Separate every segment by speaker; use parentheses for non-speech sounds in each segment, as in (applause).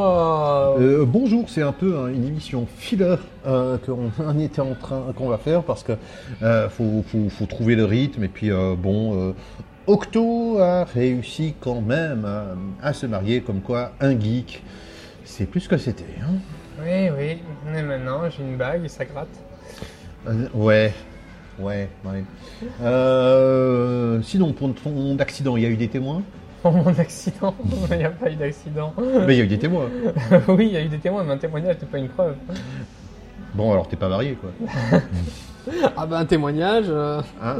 Speaker 1: euh,
Speaker 2: Euh, bonjour, c'est un peu hein, une émission filler euh, qu'on on (laughs) était en train qu'on va faire parce que euh, faut, faut- faut trouver le rythme et puis euh, bon, euh, Octo a réussi quand même euh, à se marier comme quoi un geek, c'est plus ce que c'était. hein.
Speaker 1: Oui, oui. Mais maintenant, j'ai une bague et ça gratte. (laughs)
Speaker 2: Euh, ouais, ouais, ouais. Euh, sinon pour ton accident, il y a eu des témoins.
Speaker 1: Pour mon accident, (laughs) il n'y a pas eu d'accident. (laughs)
Speaker 2: Mais il y a eu des témoins.
Speaker 1: oui, il y a eu des témoins, mais un témoignage n'est pas une preuve.
Speaker 2: Bon alors t'es pas marié quoi.
Speaker 3: (laughs) Ah bah un témoignage. euh,
Speaker 2: Hein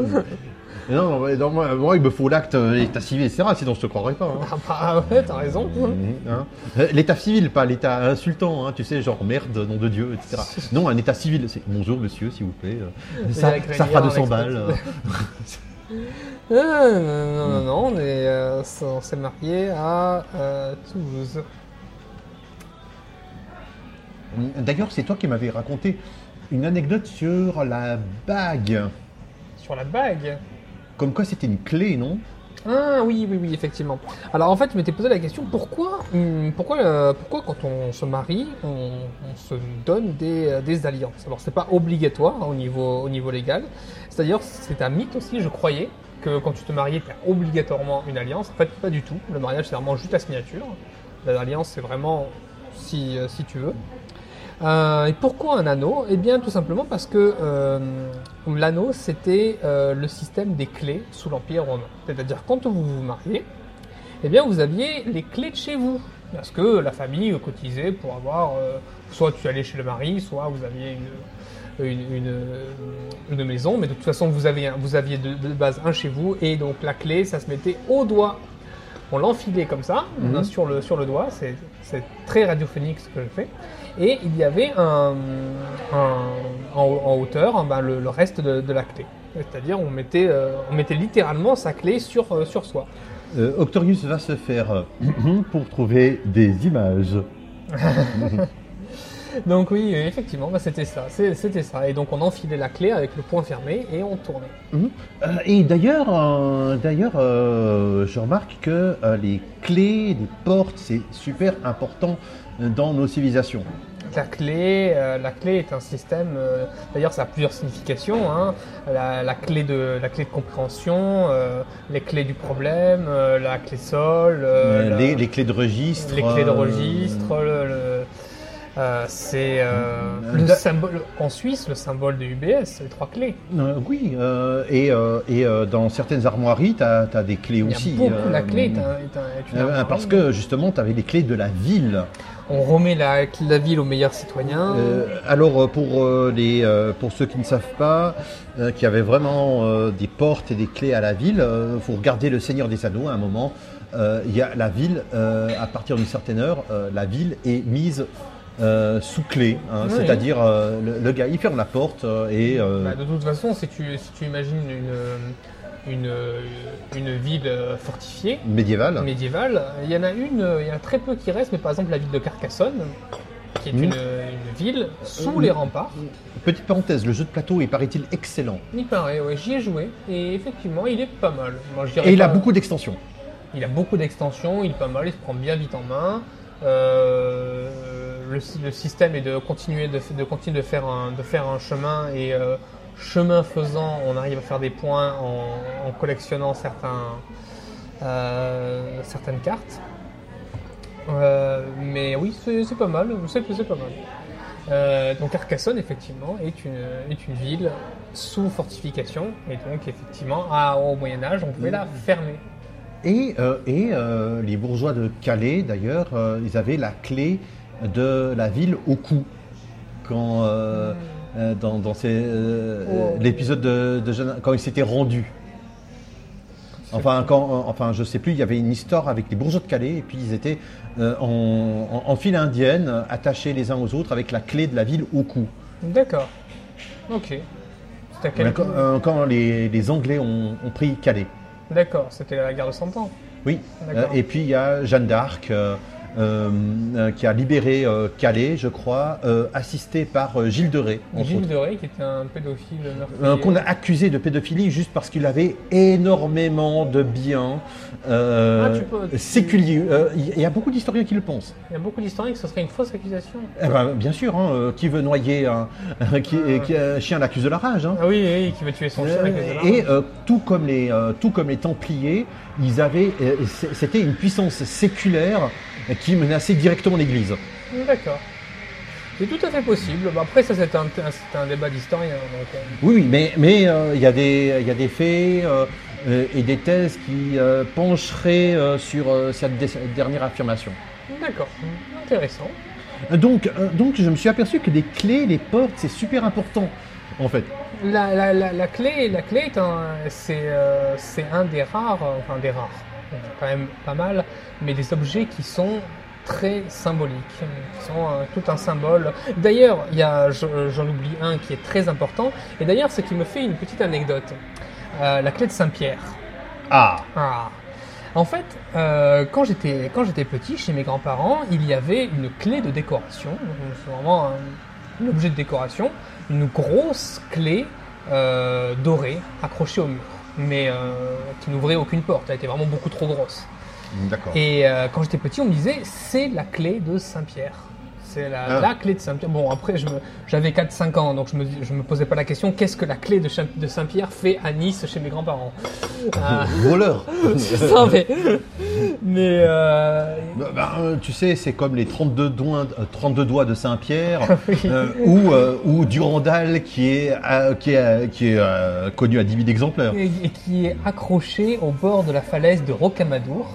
Speaker 2: non, mais non, moi, moi, il me faut l'acte euh, état civil, etc. Sinon je te croirais pas. hein.
Speaker 1: (laughs) Ah bah ouais,
Speaker 3: (laughs)
Speaker 1: t'as raison.
Speaker 2: Hein Euh, l'état civil, pas l'état insultant, hein, tu sais, genre merde, nom de Dieu, etc. Non, un état civil, c'est bonjour monsieur, s'il vous plaît. euh, Ça,
Speaker 1: Jacques
Speaker 2: ça fera
Speaker 1: Rénier en
Speaker 2: 200 balles. euh.
Speaker 1: Ah, non, non, non, non, on est, euh, on s'est marié à euh, Toulouse.
Speaker 2: Euh, D'ailleurs, c'est toi qui m'avais raconté une anecdote sur la bague.
Speaker 1: Sur la bague
Speaker 2: Comme quoi c'était une clé, non
Speaker 1: Ah oui, oui, oui, effectivement. Alors en fait, je m'étais posé la question pourquoi, hum, pourquoi, euh, pourquoi quand on se marie, on, on se donne des, euh, des alliances Alors c'est pas obligatoire hein, au, niveau, au niveau légal. C'est-à-dire, c'est un mythe aussi, je croyais que quand tu te mariais, tu as obligatoirement une alliance. En fait, pas du tout. Le mariage, c'est vraiment juste la signature. L'alliance, c'est vraiment si, euh, si tu veux. Euh, et pourquoi un anneau Eh bien, tout simplement parce que euh, l'anneau, c'était euh, le système des clés sous l'Empire romain. C'est-à-dire, quand vous vous mariez, eh bien, vous aviez les clés de chez vous. Parce que la famille cotisait pour avoir. euh, soit tu allais chez le mari, soit vous aviez une, une, une, une maison. Mais de toute façon, vous, avez, un- vous aviez de, de base un chez vous. Et donc, la clé, ça se mettait au doigt. On l'enfilait comme ça,
Speaker 2: Mhm.
Speaker 1: sur, le, sur le doigt. C'est c'est très radiophonique ce que je fais. Et il y avait un, un- en, en hauteur hein, ben, le, le reste de, de la clé. C'est-à-dire on mettait, euh, on mettait littéralement sa clé sur, euh, sur soi.
Speaker 2: Euh, Octorius va se faire euh, (clears throat) pour trouver des images.
Speaker 1: Donc oui, euh, effectivement, bah, c'était ça. C'est- C'était ça. Et donc on enfilait la clé avec le poing fermé et on tournait.
Speaker 2: Euh, et d'ailleurs, euh, d'ailleurs, euh, je remarque que euh, les clés des portes, c'est super important euh, dans nos civilisations.
Speaker 1: La clé, euh, la clé est un système. euh, D'ailleurs, ça a plusieurs significations. hein. La, la clé de, la clé de compréhension, euh, les clés du problème, euh, la clé sol, euh,
Speaker 2: Euh,
Speaker 1: la-
Speaker 2: les, les clés de registre.
Speaker 1: les clés de
Speaker 2: euh,
Speaker 1: registre, le, le- euh, c'est euh,
Speaker 2: Euh,
Speaker 1: le
Speaker 2: da-
Speaker 1: symbole en Suisse le symbole de UBS, les trois clés.
Speaker 2: Euh, oui, euh, et, euh, et euh, dans certaines armoiries, tu as, des clés
Speaker 1: Il y a
Speaker 2: aussi.
Speaker 1: beaucoup,
Speaker 2: euh,
Speaker 1: la clé est, un- est un- est une
Speaker 2: euh,
Speaker 1: armoire.
Speaker 2: parce que justement, tu avais les clés de la ville.
Speaker 1: on remet la, la ville aux meilleurs citoyens.
Speaker 2: Euh, alors, euh, pour, euh, les, euh, pour ceux qui ne savent pas, euh, qui avaient vraiment euh, des portes et des clés à la ville, il faut regarder Le Seigneur des Anneaux à un moment. euh, Il y a la ville, euh, à partir d'une certaine heure, euh, la ville est mise euh, sous clé. hein,
Speaker 1: Ah Oui.
Speaker 2: C'est-à-dire, euh, le, le gars, il ferme la porte euh, et. euh,
Speaker 1: Bah, de toute façon, si tu, si tu imagines une, une, une ville euh, fortifiée
Speaker 2: médiévale.
Speaker 1: médiévale, il y en a une, euh, il y en a très peu qui restent, mais par exemple la ville de Carcassonne, qui est
Speaker 2: Mm.
Speaker 1: une, une ville sous
Speaker 2: Mm.
Speaker 1: les remparts.
Speaker 2: Petite parenthèse, le jeu de plateau est, paraît-il, excellent.
Speaker 1: Il paraît, ouais, j'y ai joué et effectivement, il est pas mal. Moi, je dirais
Speaker 2: Et il a
Speaker 1: pas-
Speaker 2: beaucoup d'extensions.
Speaker 1: Il a beaucoup d'extensions, il est pas mal, il se prend bien vite en main. Euh, le, sy- le système est de continuer de, f- de continuer de faire un, de faire un chemin et euh, chemin faisant, on arrive à faire des points en, en collectionnant certains, euh, certaines cartes. Euh, mais oui, c'est c'est pas mal, c'est c'est pas mal. Euh, donc Carcassonne, effectivement, est une, est une ville sous fortification, et donc effectivement, à- au Moyen Âge, on pouvait la fermer.
Speaker 2: Et, euh, et, euh, les bourgeois de Calais, d'ailleurs, euh, ils avaient la clé de la ville au cou. Quand, euh, euh, dans, dans ces, euh,
Speaker 1: Hmm. Oh.
Speaker 2: l'épisode de, de Jeanne- quand ils s'étaient rendus. Enfin, quand, euh, enfin, je sais plus, il y avait une histoire avec les bourgeois de Calais, et puis ils étaient euh, en, en- en file indienne, attachés les uns aux autres avec la clé de la ville au cou.
Speaker 1: D'accord. Ok. C'était à quel
Speaker 2: Quand,
Speaker 1: coup
Speaker 2: euh, quand les, les Anglais ont- ont pris Calais.
Speaker 1: D'accord, c'était à la guerre de Cent Ans.
Speaker 2: Oui,
Speaker 1: D'accord.
Speaker 2: Euh, et puis il y a Jeanne d'Arc, euh, euh, euh, qui a libéré euh, Calais, je crois, euh, assisté par euh, Gilles de Rais, entre
Speaker 1: Gilles
Speaker 2: autres.
Speaker 1: de Rais, qui était un pédophile meurtrier.
Speaker 2: Euh, qu'on a accusé de pédophilie juste parce qu'il avait énormément de biens euh,
Speaker 1: Ah, tu peux- tu-
Speaker 2: séculiers. Euh, Il y a beaucoup d'historiens qui le pensent.
Speaker 1: Il y a beaucoup d'historiens que ce serait une fausse accusation.
Speaker 2: Eh ben, bien sûr, hein, euh, qui veut noyer un, (laughs) qui, qui- un chien l'accuse de la rage. hein.
Speaker 1: Ah oui, oui, oui, qui veut tuer son chien avec
Speaker 2: Euh,
Speaker 1: les
Speaker 2: et euh, tout comme les euh, tout comme les Templiers, ils avaient euh, c- c'était une puissance séculaire qui menaçait directement l'Église.
Speaker 1: alarmes. Mm, D'accord. C'est tout à fait possible. Bah, après, ça, c'est un, c'est un débat d'historien. donc, euh,
Speaker 2: Oui, oui, mais mais euh, il y a des il y a des faits euh, euh, et des thèses qui euh, pencheraient euh, sur euh, cette dé- dernière affirmation.
Speaker 1: mm, D'accord. Intéressant.
Speaker 2: Donc euh, donc je me suis aperçu que les clés, les portes, c'est super important en fait.
Speaker 1: La, la, la, la clé, la clé est un- c'est euh, c'est un des rares, euh, enfin des rares, il y en a quand même pas mal, mais des objets qui sont très symboliques, qui sont euh, tout un symbole. D'ailleurs, il y a, je- j'en oublie un qui est très important, et d'ailleurs, ce qui me fait une petite anecdote. Euh, la clé de Saint-Pierre.
Speaker 2: Ah
Speaker 1: Ah. En fait, euh, quand j'étais quand j'étais petit, chez mes grands-parents, il y avait une clé de décoration. Donc, euh, C'est vraiment un, un objet de décoration, une grosse clé euh, dorée accrochée au mur, mais euh, qui n'ouvrait aucune porte. Elle était vraiment beaucoup trop grosse.
Speaker 2: d'accord.
Speaker 1: Et euh, quand j'étais petit, on me disait c'est la clé de Saint-Pierre. C'est la,
Speaker 2: Ah.
Speaker 1: la clé de Saint-Pierre. Bon, après, je me- j'avais 4-5 ans, donc je me, je me posais pas la question qu'est-ce que la clé de, Cha- de Saint-Pierre fait à Nice chez mes grands-parents. Ah.
Speaker 2: (laughs) Voleur.
Speaker 1: (laughs) Non, mais. mais euh,
Speaker 2: Bah, bah, euh, tu sais, c'est comme les 32 doigts, euh, 32 doigts
Speaker 1: (laughs)
Speaker 2: de Saint-Pierre
Speaker 1: Ah Oui.
Speaker 2: euh, ou, euh, ou Durandal qui est, euh, qui est, euh, qui est, euh, connu à 10 000 exemplaires.
Speaker 1: et, et qui est accroché au bord de la falaise de Rocamadour.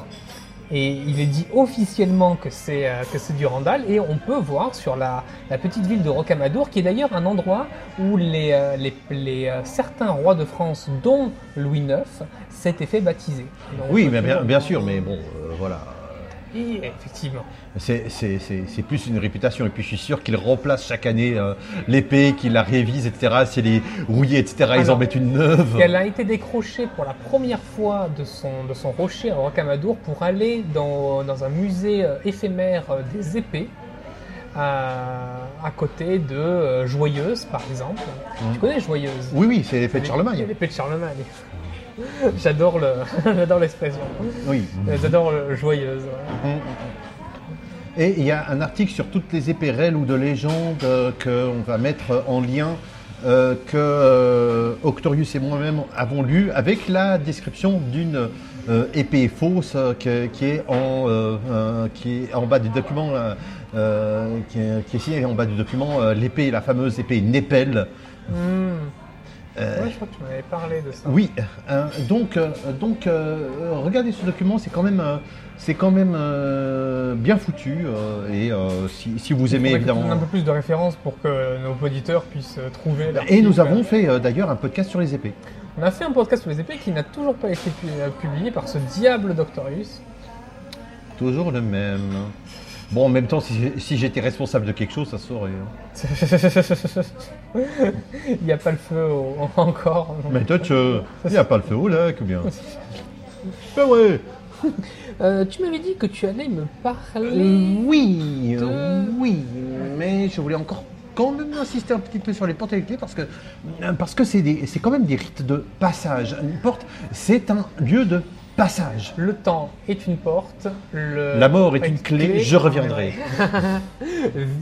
Speaker 1: Et il est dit officiellement que c'est euh, que c'est Durandal. Et on peut voir sur la, la petite ville de Rocamadour, qui est d'ailleurs un endroit où les, euh, les, les, euh, certains rois de France, dont Louis IX, s'étaient fait baptiser. Donc,
Speaker 2: Oui,
Speaker 1: euh,
Speaker 2: mais bien,
Speaker 1: tout le
Speaker 2: bien
Speaker 1: monde-
Speaker 2: sûr, mais bon, euh, voilà.
Speaker 1: Et effectivement.
Speaker 2: C'est- C'est c'est- c'est plus une réputation. Et puis je suis sûr qu'ils remplacent chaque année euh, l'épée, qu'ils la révisent, etc. Si elle est rouillée, etc., ils en
Speaker 1: Alors,
Speaker 2: mettent une neuve.
Speaker 1: Et elle a été décrochée pour la première fois de son, de son rocher à Rocamadour pour aller dans, dans un musée euh, éphémère euh, des épées, à, à côté de euh, Joyeuse, par exemple. Tu connais Joyeuse
Speaker 2: Mmh. Oui, oui, c'est l'effet de Charlemagne.
Speaker 1: L'épée de Charlemagne. (laughs) J'adore le, (laughs) j'adore l'expression.
Speaker 2: Oui.
Speaker 1: Euh, J'adore le Joyeuse. ouais.
Speaker 2: Et il y a un article sur toutes les épées réelles ou de légende euh, qu'on va mettre en lien, euh, que euh, Octorius et moi-même avons lu, avec la description d'une euh, épée fausse euh, que- qui, est en, euh, euh, qui est en bas du document, euh, euh, qui, est, qui est signée en bas du document, euh, l'épée, la fameuse épée Népel.
Speaker 1: Hmm.
Speaker 2: Euh,
Speaker 1: Ouais, je crois que tu m'avais parlé de ça.
Speaker 2: Mmh. oui, euh, donc, euh, donc euh, regardez ce document, c'est quand même, euh, c'est quand même euh, bien foutu. euh, et euh, si, si vous
Speaker 1: Faudrait que
Speaker 2: aimez
Speaker 1: tu
Speaker 2: évidemment.
Speaker 1: donnes un peu plus de références pour que nos auditeurs puissent euh, trouver.
Speaker 2: Et nous
Speaker 1: l'article.
Speaker 2: avons fait euh, d'ailleurs un podcast sur les épées.
Speaker 1: On a fait un podcast sur les épées qui n'a toujours pas été pu- euh, publié par ce diable Doctorius. (laughs)
Speaker 2: Toujours le même. Bon, en même temps, si, si j'étais responsable de quelque chose, ça hein. serait.
Speaker 1: Il n'y a pas le feu au- (laughs) encore.
Speaker 2: Mais toi, tu- il n'y euh, a pas le feu au lac ou bien Ben ouais
Speaker 1: Euh, tu m'avais dit que tu allais me
Speaker 2: Euh,
Speaker 1: parler.
Speaker 2: Oui,
Speaker 1: De-
Speaker 2: oui, mais je voulais encore quand même insister un petit peu sur les portes et les clés parce que parce que c'est des- c'est quand même des rites de passage. Une porte, c'est un lieu de passage.
Speaker 1: Le temps est une porte. le-
Speaker 2: La mort est une clé, je reviendrai.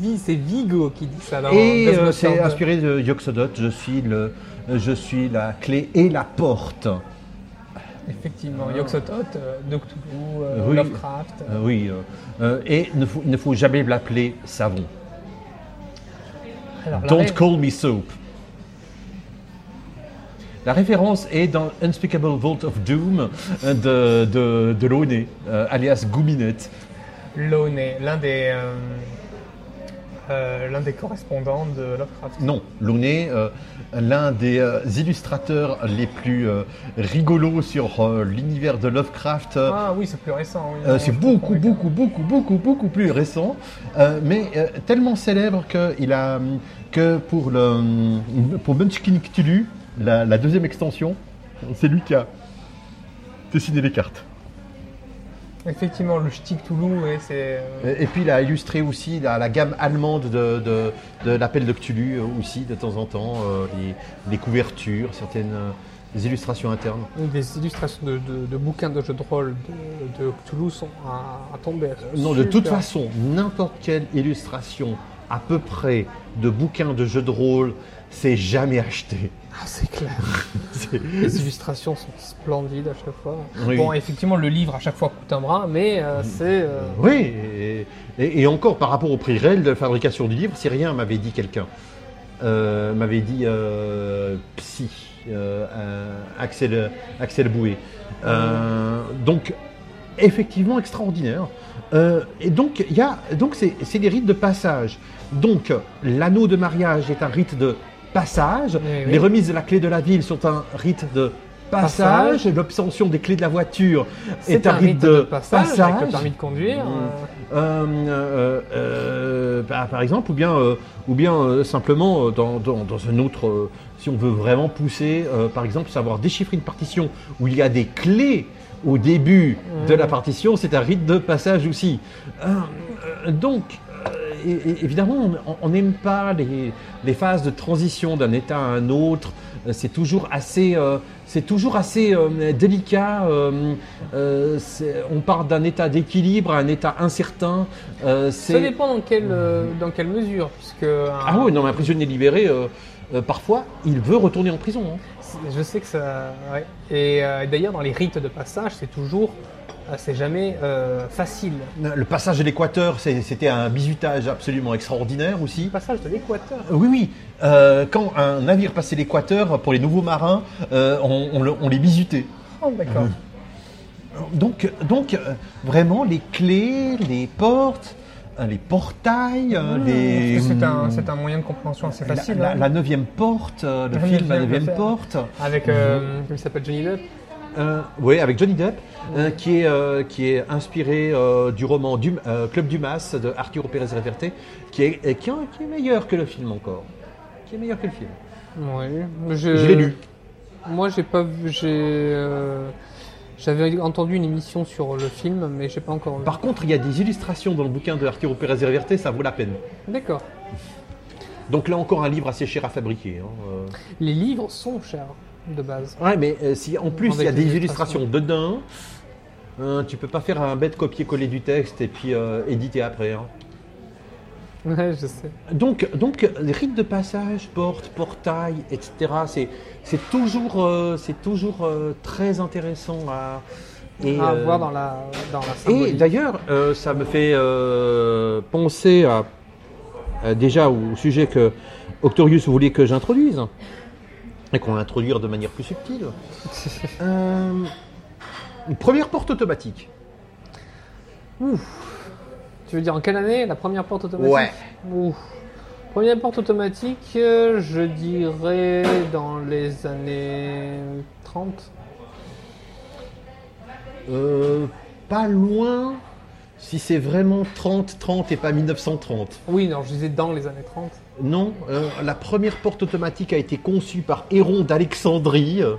Speaker 1: Vi- c'est Vigo qui dit ça. dans
Speaker 2: Et
Speaker 1: Desmond
Speaker 2: euh, c'est
Speaker 1: Turner.
Speaker 2: inspiré de Yoxodote, je suis, le, je suis la clé et la porte. Euh,
Speaker 1: Effectivement, Yoxotot, euh, Doctoulou, euh,
Speaker 2: Oui.
Speaker 1: Lovecraft.
Speaker 2: Euh, oui, euh, euh, et ne faut- il ne faut jamais l'appeler savon.
Speaker 1: Alors, la
Speaker 2: Don't
Speaker 1: règle-
Speaker 2: call me soap. La référence est dans Unspeakable Vault of Doom euh, de, de, de Launay, euh, alias Gouminette.
Speaker 1: Launay, l'un des, euh, euh, l'un des correspondants de Lovecraft.
Speaker 2: Non, Launay, euh, l'un des euh, illustrateurs les plus euh, rigolos sur euh, l'univers de Lovecraft. euh,
Speaker 1: Ah oui, c'est plus récent. oui.
Speaker 2: Euh, c'est
Speaker 1: Je comprends.
Speaker 2: beaucoup, beaucoup, beaucoup, beaucoup, beaucoup plus récent, euh, mais euh, tellement célèbre que, il a, hum, que pour, le, hum, pour Munchkin Cthulhu, la, la deuxième extension, c'est lui qui a dessiné les cartes.
Speaker 1: Effectivement, le Stick Toulouse, ouais, c'est. euh,
Speaker 2: Et, et puis il a illustré aussi la, la gamme allemande de, de, de l'appel de Cthulhu euh, aussi de temps en temps, euh, les, les couvertures, certaines euh, les illustrations internes.
Speaker 1: Des illustrations de, de- de bouquins de jeux de rôle de, de Cthulhu sont à, à tomber. elles sont
Speaker 2: Euh, Non, de toute
Speaker 1: super.
Speaker 2: façon, n'importe quelle illustration à peu près de bouquin de jeu de rôle, c'est jamais acheté.
Speaker 1: Ah, c'est clair.
Speaker 2: (laughs) C'est-
Speaker 1: Les illustrations sont splendides à chaque fois.
Speaker 2: Oui.
Speaker 1: Bon, effectivement, le livre à chaque fois coûte un bras, mais euh, c'est. euh,
Speaker 2: Oui, et, et- et encore par rapport au prix réel de la fabrication du livre, c'est rien, m'avait dit quelqu'un. Euh, m'avait dit euh, Psy, euh, euh, Axel, Axel Bouet. Euh, donc, effectivement extraordinaire. Euh, et donc, il y a, donc c'est, c'est des rites de passage. Donc, l'anneau de mariage est un rite de passage.
Speaker 1: Oui, oui.
Speaker 2: Les remises de la clé de la ville sont un rite de passage. L'obtention des clés de la voiture est
Speaker 1: C'est
Speaker 2: un, rite, de,
Speaker 1: passage, avec
Speaker 2: passage.
Speaker 1: le permis de conduire.
Speaker 2: Mm.
Speaker 1: euh,
Speaker 2: Euh, euh, euh, bah, par exemple, ou bien, euh, ou bien euh, simplement euh, dans, dans, dans un autre, euh, si on veut vraiment pousser, euh, par exemple, savoir déchiffrer une partition où il y a des clés au début
Speaker 1: Mmh.
Speaker 2: de la partition, c'est un rite de passage aussi. Euh, euh, donc, euh, é- é- évidemment, on- on n'aime pas les, les phases de transition d'un état à un autre. Euh, C'est toujours assez, euh, c'est toujours assez euh, délicat. euh, euh, c'est- on part d'un état d'équilibre à un état incertain. euh,
Speaker 1: Ça
Speaker 2: c'est-
Speaker 1: dépend dans quelle, euh, dans quelle mesure, puisque. euh,
Speaker 2: ah oui, non, mais un prisonnier libéré, euh, euh, parfois, il veut retourner en prison. hein.
Speaker 1: c'est- Je sais que ça. ouais. Et euh, d'ailleurs, dans les rites de passage, c'est toujours. euh, C'est jamais euh, facile.
Speaker 2: Le passage de l'équateur, c'est- c'était un bizutage absolument extraordinaire aussi.
Speaker 1: Le passage de l'équateur.
Speaker 2: Oui, oui. Euh, quand un navire passait l'équateur, pour les nouveaux marins, euh, on, on le- on les bisutait.
Speaker 1: Oh, d'accord.
Speaker 2: Mm. Donc, donc euh, vraiment, les clés, les portes, euh, les portails, euh, les... mm.
Speaker 1: Parce Ah, que C'est un, c'est un moyen de compréhension assez
Speaker 2: La-
Speaker 1: facile.
Speaker 2: la,
Speaker 1: hein.
Speaker 2: la neuvième porte, euh, le
Speaker 1: La
Speaker 2: film La
Speaker 1: neuvième,
Speaker 2: neuvième
Speaker 1: c'est ça.
Speaker 2: porte.
Speaker 1: Avec, euh,
Speaker 2: Mm.
Speaker 1: comment il s'appelle, Johnny Depp
Speaker 2: oui, avec Johnny Depp, euh, qui, est, euh, qui est inspiré euh, du roman Dum- euh, Club Dumas de Arturo Pérez Reverte, qui est, et qui, est- qui est meilleur que le film encore. Qui est meilleur que le film.
Speaker 1: Oui.
Speaker 2: Je l'ai lu.
Speaker 1: Moi, j'ai pas vu. J'ai. euh, J'avais entendu une émission sur le film, mais j'ai pas encore vu.
Speaker 2: Par contre, il y a des illustrations dans le bouquin de Arturo Pérez Reverte, ça vaut la peine.
Speaker 1: D'accord.
Speaker 2: Donc là encore, un livre assez cher à fabriquer. hein, euh.
Speaker 1: Les livres sont chers de base. (laughs)
Speaker 2: Ouais, mais euh, si en plus
Speaker 1: Avec
Speaker 2: il y a
Speaker 1: des
Speaker 2: des
Speaker 1: illustrations.
Speaker 2: illustrations dedans, hein, tu peux pas faire un bête copier-coller du texte et puis euh, éditer après. hein.
Speaker 1: Ouais, je sais.
Speaker 2: Donc, donc les rites de passage, porte, portail, etc. C'est, c'est toujours, euh, c'est toujours euh, très intéressant à, et,
Speaker 1: à
Speaker 2: euh,
Speaker 1: voir dans la dans la
Speaker 2: et
Speaker 1: symbolique.
Speaker 2: d'ailleurs, euh, ça me fait euh, penser à, à déjà au sujet que Octorius voulait que j'introduise et qu'on va introduire de manière plus subtile. Euh, une première porte automatique.
Speaker 1: Tu veux dire en quelle année la première porte automatique
Speaker 2: Ouais.
Speaker 1: Ouf. Première porte automatique, euh, je dirais dans les années 30.
Speaker 2: Euh, pas loin, si c'est vraiment 30-30 et pas 1930.
Speaker 1: Oui, non, je disais dans les années 30.
Speaker 2: Non, euh, la première porte automatique a été conçue par Héron d'Alexandrie, euh,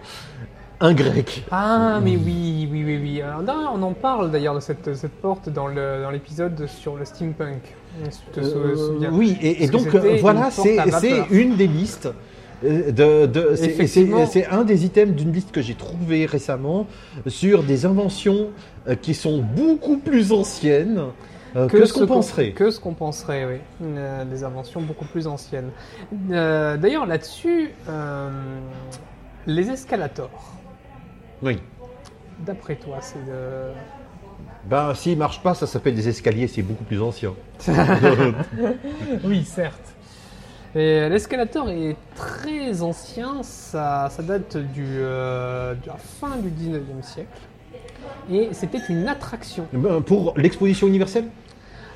Speaker 2: un grec.
Speaker 1: Ah, mais oui, oui, oui, oui. Alors, non, on en parle d'ailleurs de cette, cette porte dans le- dans l'épisode sur le steampunk. Si tu te sou-
Speaker 2: Euh,
Speaker 1: souviens.
Speaker 2: oui, et, et
Speaker 1: Parce que
Speaker 2: donc
Speaker 1: c'était
Speaker 2: euh, voilà,
Speaker 1: une porte
Speaker 2: c'est
Speaker 1: à vapeur.
Speaker 2: c'est une des listes. euh, De, de- c'est- et c'est
Speaker 1: Effectivement.
Speaker 2: c'est un des items d'une liste que j'ai trouvée récemment sur des inventions euh, qui sont beaucoup plus anciennes euh, que, ce qu'on penserait.
Speaker 1: Que ce qu'on penserait, oui. Euh, des inventions beaucoup plus anciennes. Euh, D'ailleurs, là-dessus, euh, les escalators,
Speaker 2: Oui.
Speaker 1: d'après toi, c'est euh, de...
Speaker 2: Ben, s'ils marchent pas, ça s'appelle des escaliers, c'est beaucoup plus
Speaker 1: (laughs)
Speaker 2: ancien. Euh,
Speaker 1: Oui, certes. Et l'escalator est très ancien, ça, ça date du, euh, de la fin du 19e siècle. Et c'était une attraction.
Speaker 2: Ben, pour l'exposition universelle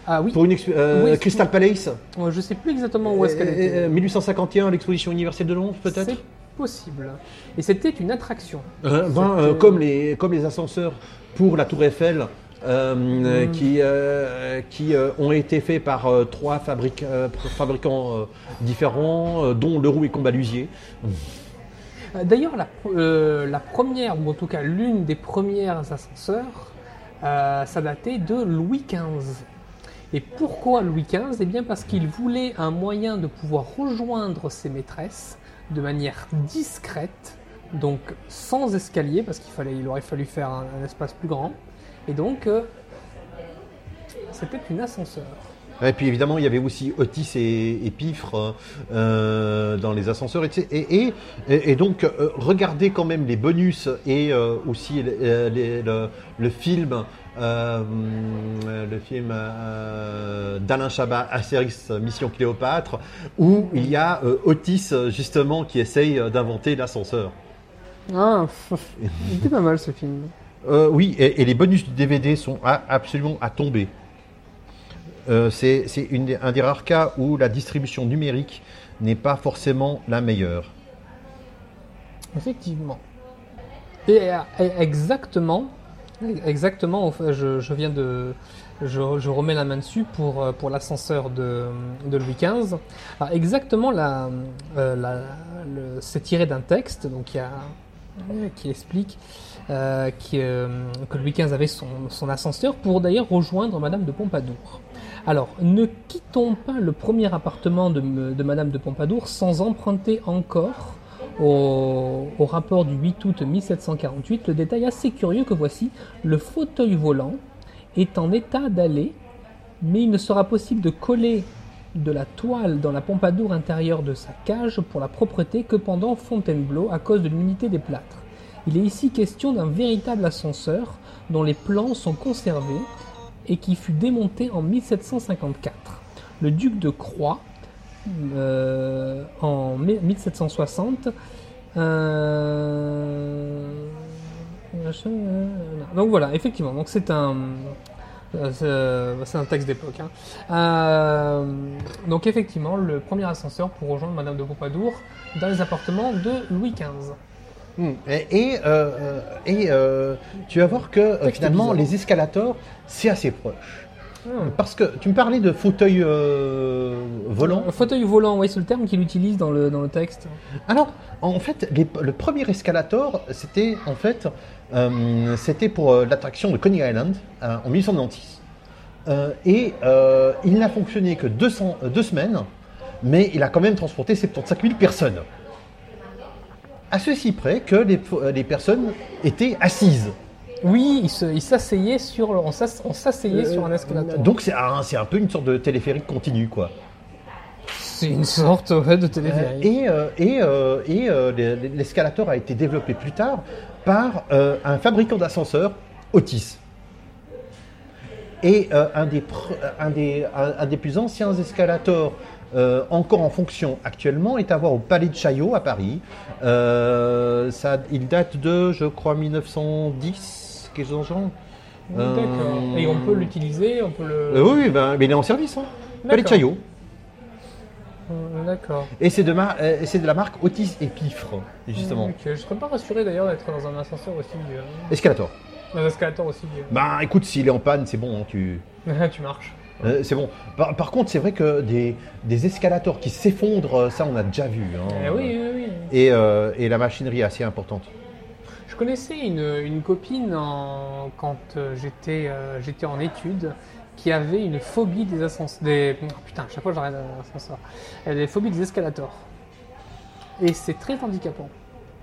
Speaker 1: Ah oui,
Speaker 2: Pour une expo- euh,
Speaker 1: Oui,
Speaker 2: Crystal Palace
Speaker 1: euh, je sais plus exactement où est-ce qu'elle
Speaker 2: Euh, euh,
Speaker 1: était.
Speaker 2: 1851, l'exposition universelle de Londres, peut-être
Speaker 1: C'est possible. Et c'était une attraction.
Speaker 2: Euh, ben, euh,
Speaker 1: c'était-
Speaker 2: comme, les, comme les ascenseurs pour la Tour Eiffel, euh, euh,
Speaker 1: Mm.
Speaker 2: qui, euh, qui euh, ont été faits par euh, trois fabric- euh, pr- fabricants euh, différents, euh, dont Leroux et Combalusier.
Speaker 1: Euh, D'ailleurs, la, pr- euh, la première, ou en tout cas l'une des premières ascenseurs, euh, ça datait de Louis XV. Et pourquoi Louis XV Eh bien parce qu'il voulait un moyen de pouvoir rejoindre ses maîtresses de manière discrète, donc sans escalier, parce qu'il fallait, il aurait fallu faire un, un espace plus grand. Et donc, euh, c'était une ascenseur.
Speaker 2: Et puis évidemment, il y avait aussi Otis et, et Pifre euh, dans les ascenseurs. Et, et, et, et donc, euh, regardez quand même les bonus et euh, aussi les- les- le, le film, euh, le film euh, d'Alain Chabat, Astérix Mission Cléopâtre, où il y a euh, Otis justement qui essaye d'inventer l'ascenseur.
Speaker 3: Ah, (laughs) pff, il était pas mal ce film.
Speaker 2: Euh, oui, et, et les bonus du DVD sont à- absolument à tomber. Euh, c'est c'est une des- un des rares cas où la distribution numérique n'est pas forcément la meilleure.
Speaker 1: Effectivement. Et euh, et exactement, exactement, au fait, je, je viens de. Je, je remets la main dessus pour, euh, pour l'ascenseur de, de Louis XV. Alors, exactement, la, euh, la- le- c'est tiré d'un texte donc il y a, euh, qui explique euh, qui, euh, que Louis XV avait son, son ascenseur pour d'ailleurs rejoindre Madame de Pompadour. Alors, ne quittons pas le premier appartement de, me- de Madame de Pompadour sans emprunter encore au, au rapport du 8 août 1748 le détail assez curieux que voici. Le fauteuil volant est en état d'aller, mais il ne sera possible de coller de la toile dans la pompadour intérieure de sa cage pour la propreté que pendant Fontainebleau à cause de l'humidité des plâtres. Il est ici question d'un véritable ascenseur dont les plans sont conservés et qui fut démonté en 1754. Le duc de Croix, euh, en mai- 1760, euh, machin, euh, Donc voilà, effectivement, donc c'est un, euh, c'est euh, c'est un texte d'époque. hein. Euh, donc effectivement, le premier ascenseur pour rejoindre Madame de Pompadour dans les appartements de Louis XV.
Speaker 2: Hmm. Et, et, euh, euh, et, euh, tu vas voir que euh,
Speaker 1: Texte
Speaker 2: finalement,
Speaker 1: bizarre.
Speaker 2: les escalators, c'est assez proche.
Speaker 1: Hmm.
Speaker 2: Parce que tu me parlais de fauteuil euh, volant.
Speaker 1: Un Fauteuil volant, oui, c'est le terme qu'il utilise dans le, dans le texte.
Speaker 2: Alors, Ah en fait, les- le premier escalator, c'était en fait, euh, c'était pour euh, l'attraction de Coney Island euh, en 1996. Euh, et euh, il n'a fonctionné que 200, euh, deux semaines, mais il a quand même transporté 75 000 personnes. À ceci près que les, euh, les personnes étaient assises.
Speaker 1: Oui, il se- il s'asseyait sur, le- on s'ass- on s'asseyait sur un escalator.
Speaker 2: euh, Donc c'est un, c'est un peu une sorte de téléphérique continu, quoi.
Speaker 1: c'est une sorte ouais, de
Speaker 2: Euh,
Speaker 1: téléphérique.
Speaker 2: et euh, et, euh, et, euh, les- les- l'escalator a été développé plus tard par euh, un fabricant d'ascenseurs, Otis. Et euh, un, des pr- un, des, un- un des plus anciens escalators euh, encore en fonction actuellement est à voir au Palais de Chaillot à Paris. Euh, ça, il date de, je crois, 1910, quelque chose dans ce genre. Euh,
Speaker 1: D'accord. Et on peut l'utiliser, on peut le.
Speaker 2: Euh, oui, oui, ben, mais il est en service. Hein. Palais de
Speaker 1: D'accord.
Speaker 2: Chaillot.
Speaker 1: Hum, D'accord.
Speaker 2: Et c'est de, ma- euh, c'est de la marque Otis et Pifre, justement.
Speaker 1: Ok, Je serais pas rassuré d'ailleurs d'être dans un ascenseur aussi. euh,
Speaker 2: Escalator.
Speaker 1: dans un escalator aussi.
Speaker 2: Bah écoute, s'il est en panne, c'est bon, hein, tu...
Speaker 1: euh, (laughs) tu marches.
Speaker 2: euh, c'est bon. Par, par contre, c'est vrai que des, des escalators qui s'effondrent, euh, ça on a déjà vu. hein.
Speaker 1: Eh oui, oui, oui.
Speaker 2: Et, euh, et la machinerie est assez importante.
Speaker 1: Je connaissais une, une copine en- quand euh, j'étais euh, j'étais en études qui avait une phobie des ascenseurs. Des... oh, putain, à chaque fois j'arrête un ascenseur. Elle avait une phobie des escalators. Et c'est très handicapant.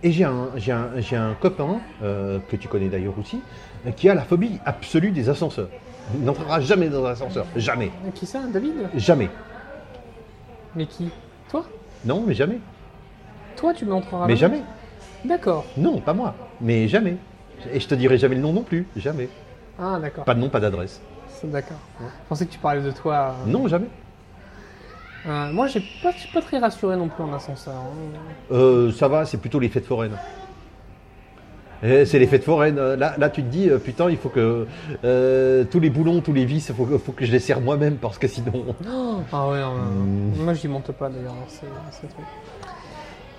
Speaker 2: Et j'ai un, j'ai un, j'ai un copain, euh, que tu connais d'ailleurs aussi, euh, qui a la phobie absolue des ascenseurs. Il n'entrera jamais dans un ascenseur. Jamais.
Speaker 1: Qui ça, David
Speaker 2: Jamais.
Speaker 1: Mais qui Toi
Speaker 2: Non, mais jamais.
Speaker 1: Toi, tu m'entreras
Speaker 2: Mais jamais.
Speaker 1: D'accord.
Speaker 2: Non, pas moi. Mais jamais. Et je te dirai jamais le nom non plus. Jamais.
Speaker 1: Ah, d'accord.
Speaker 2: Pas de nom, pas d'adresse.
Speaker 1: C'est- D'accord. Je pensais que tu parlais de toi. euh,
Speaker 2: Non, jamais.
Speaker 1: Euh, moi, j'ai pas, je suis pas très rassuré non plus en ascenseur. hein.
Speaker 2: Euh, ça va, c'est plutôt les fêtes foraines. Eh, C'est les fêtes foraines. Euh, Là, là, tu te dis, euh, putain, il faut que euh, tous les boulons, tous les vis, il faut, que- faut que je les serre moi-même parce que sinon.
Speaker 1: Ah ouais, euh,
Speaker 2: Oh. Mm.
Speaker 1: moi j'y monte pas d'ailleurs, c'est c'est truc.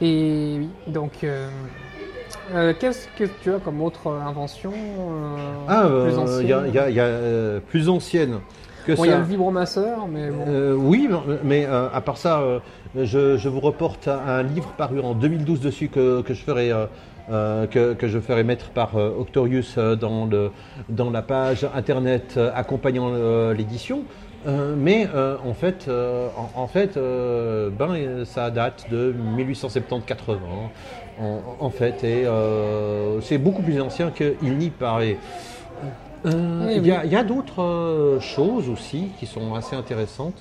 Speaker 1: Et oui, donc euh, euh, qu'est-ce que tu as comme autre invention euh,
Speaker 2: Ah,
Speaker 1: plus
Speaker 2: euh, il y a,
Speaker 1: ancienne
Speaker 2: il y a- il y a, euh, plus ancienne que
Speaker 1: Bon, il y a
Speaker 2: ça.
Speaker 1: le vibromasseur, mais bon.
Speaker 2: Euh, oui, mais- mais euh, à part ça, euh, je, je vous reporte à un livre paru en 2012 dessus que, que je ferai euh, euh, que, que je ferai mettre par euh, Octorius euh, dans, le, dans la page internet euh, accompagnant euh, l'édition. Euh, mais euh, en fait, euh, en, en fait euh, ben, euh, ça date de 1870-80. En, en fait, et euh, c'est beaucoup plus ancien qu'il n'y paraît. Euh,
Speaker 1: Oui,
Speaker 2: Il y a, il y a d'autres euh, choses aussi qui sont assez intéressantes.